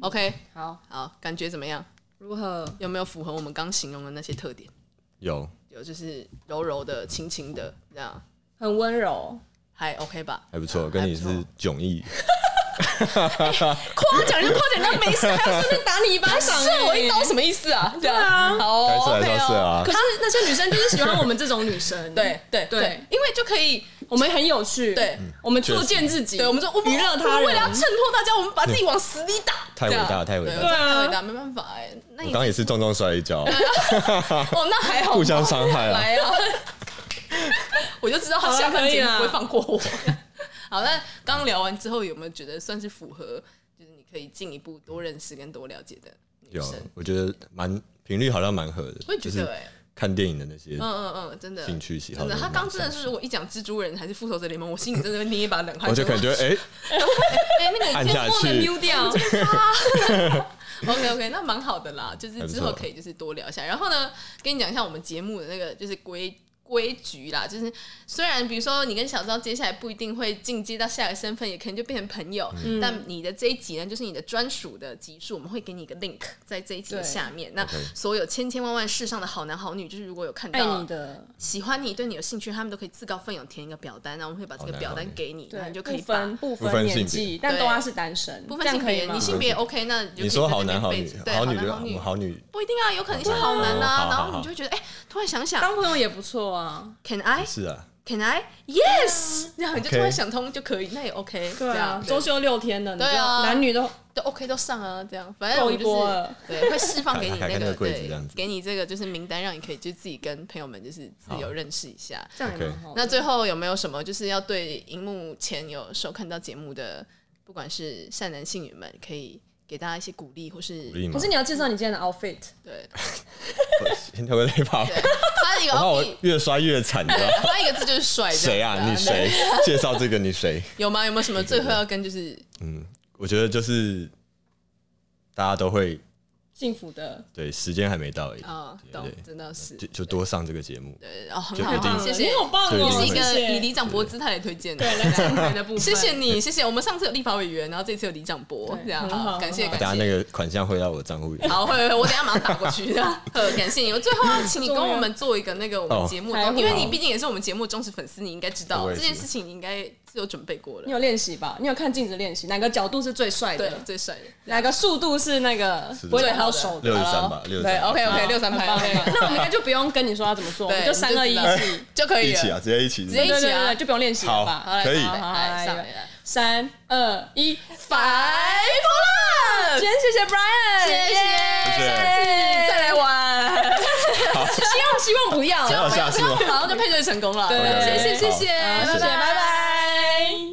S1: ，OK，
S2: 好，
S1: 好，感觉怎么样？
S2: 如何？
S1: 有没有符合我们刚形容的那些特点？
S4: 有
S1: 有就是柔柔的、轻轻的，这样
S2: 很温柔，
S1: 还 OK 吧？啊
S4: 还不错，跟你是迥异，
S1: 夸奖就夸奖，啊那
S2: [LAUGHS]
S1: 没事，还要顺便打你一巴掌，射我一刀什么意思啊？对啊，好哦
S4: 该
S1: OK
S4: 射还是要
S1: 哦
S4: 射啊
S2: 可。是那些女生就是喜欢我们这种女生。
S1: 对对
S2: 对
S1: 对，因为就可以，
S2: 我们很有趣，
S1: 对，
S2: 我们作践自己，
S1: 对我们说，我们
S2: 娱乐他人，
S1: 为了要衬托大家，我们把自己往死里打，
S4: 太伟大
S1: 这样
S4: 太伟大
S1: 对
S2: 对啊
S1: 太伟大，没办法哎，那
S4: 我
S1: 你
S4: 刚刚也是重重摔一跤，
S1: 哦，那还好，
S4: 互相伤害啊。
S1: 来啊！ [LAUGHS] 我就知道他下半节目不
S2: 好啦可以啦啊
S1: 会放过我。 [LAUGHS] 好，那刚聊完之后，有没有觉得算是符合？就是你可以进一步多认识跟多了解的女
S4: 有
S1: 生，，
S4: 我觉得蛮频率好像蛮合的，
S1: 我也觉
S4: 就
S1: 得
S4: 是
S1: 哎、
S4: 看电影的那些
S1: 嗯嗯嗯，真的
S4: 兴趣喜好
S1: 真的，
S4: 都
S1: 他
S4: 蛮
S1: 刚真的
S4: 相
S1: 是，
S4: 似
S1: 如果一讲蜘蛛人还是复仇者联盟，我心里真的会捏一把冷汗。
S4: 我就感觉哎，
S1: 哎、那个
S4: 按下
S2: 不能
S4: 去
S2: mute 掉。
S1: OK OK，那 [LAUGHS] 蛮好的啦，就是
S4: 还不
S1: 之
S4: 错
S1: 后可以就是多聊一下。然后呢，跟你讲一下我们节目的那个就是规规矩啦，就是虽然比如说你跟小昭接下来不一定会进阶到下一个身份，也可能就变成朋友，
S4: 嗯
S2: 嗯
S1: 但你的这一集呢，就是你的专属的集数，我们会给你一个 link 在这一集的
S2: 对
S1: 下面。那
S4: OK
S1: 所有千千万万世上的好男好女，就是如果有看
S2: 爱
S1: 到
S2: 你的，
S1: 喜欢你、对你有兴趣，他们都可以自告奋勇填一个表单，然后我们会把这个
S4: 好男
S1: 表
S4: 好
S1: 单
S4: 女
S1: 给你，然后
S2: 对，
S1: 你就可以
S2: 不
S1: 把
S2: 分不
S4: 不分
S2: 分年
S4: 性别
S2: 纪，但
S1: 对
S2: 都要是单身，
S1: 不
S2: 这
S1: 分
S2: 样
S1: 性
S2: 可以
S1: 别，
S2: 吗
S1: 你？性别 OK，那你就可以
S4: 你说好男
S1: 在那
S4: 好
S1: 边
S4: 女
S1: base，，对，
S4: 好
S1: 男
S4: 女就
S1: 好
S4: 我们好女，
S1: 不一定啊，有可能是好男
S4: 哦
S1: 啊，然后你就会觉得，哎、突然想想
S2: 当朋友也不错啊。
S1: ，Can I？
S4: 是啊，
S1: Can I? Yes，、然后你就突然想通就可以，那也 OK，
S2: 对啊，
S1: 这样
S2: 周休六天的，你
S1: 对啊
S2: 就男女都
S1: 都 OK 都上啊，这样反正我们
S2: 够
S1: 就
S2: 一波
S1: 是
S2: 了
S1: 对会释放给
S4: [LAUGHS]
S1: 你
S4: 打开
S1: 那
S4: 那
S1: 个
S4: 个柜子
S1: 对
S4: 这样，子
S1: 给你这个就是名单，让你可以就自己跟朋友们就是自由
S4: 好
S1: 认识一下。
S2: 这样也
S4: OK
S2: 蛮好的。
S1: 那最后有没有什么就是要对荧幕前有收看到节目的，不管是善男信女们，可以给大家一些鼓励，或是
S4: 鼓励
S2: 不
S4: 吗
S2: 是？你要介绍你今天的 outfit，
S1: 对，
S4: 先跳个雷吧，
S1: 对，他
S4: [LAUGHS]
S1: 一个
S4: 我怕我
S1: outfit，
S4: 越摔越惨，你知道吗？
S1: [LAUGHS] 他一个字就是帅。这
S4: 谁
S1: 样
S4: 啊？
S1: 子
S4: 你谁？介绍这个你谁？嗯
S1: 有吗？有没有什么最后要跟就是
S4: 我觉得就是大家都会
S2: 幸福的。
S4: 对，时间还没到而已，
S1: 啊，
S4: 对
S1: 懂
S4: 对，
S1: 真的是
S4: 就就多上这个节目。
S1: 对哦，很
S4: 就
S1: 好
S4: 一定
S1: 啊，谢谢
S2: 你，好棒
S4: 对
S2: 哦！
S1: 你是一
S4: 对
S1: 个以
S2: 理
S1: 里长博姿态来推荐的，
S2: 对来展开的部分，
S1: 谢谢你，谢谢。我们上次有立法委员，然后这次有里长博，
S2: 对
S1: 这样
S2: 很好
S1: 感谢
S2: 很好
S4: 啊等下
S1: 感谢。
S4: 那个款项汇到我账户里。
S1: 好，会会，会我等一下马上打过去。
S2: [LAUGHS]
S1: 呃，感谢你。我最后要请你跟
S2: 重要
S1: 我们做一个那个我们
S4: 哦
S1: 节目
S2: 台
S1: 中，
S2: 呼
S1: 因为你毕竟也是我们节目忠实粉丝，你应该知道
S4: 我也
S1: 这
S4: 是
S1: 件事情，你应该是有准备过
S2: 你
S1: 了。
S2: 有练习吧？你有看镜子练习，哪个角度是最帅
S1: 对
S2: 的，？
S1: 最帅的。
S2: 哪个速度是那个
S4: 是
S2: 不会打到手的？
S4: 最好的63吧
S2: 对
S4: 63
S2: OK
S1: 好
S2: OK，六三拍。
S1: 很棒
S2: OK，
S1: 很棒
S2: 那我们应该就不用跟你说要怎么做，我
S1: 对
S2: 们就三二一
S1: 你就
S2: 一起。
S1: 就可以
S4: 一起啊，
S1: 了。
S4: 直接一起。
S1: 直接
S2: 对
S1: 一
S2: 对
S1: 起
S2: 对
S1: 啊
S2: 对，就不用练习了吧？
S4: 好
S2: 来
S4: 可以
S2: 好好
S1: 来上
S2: 来
S1: 来来
S2: 三二一。
S1: Five
S2: 今天谢谢 Brian，
S1: 谢谢
S4: 谢谢
S1: 下次再来玩，
S2: 希望希望不要，
S1: 哦
S4: 还有下次吗？
S1: 然后就配对成功了。
S2: 对
S1: 谢谢谢
S4: 好
S1: 谢，
S2: 好谢谢拜拜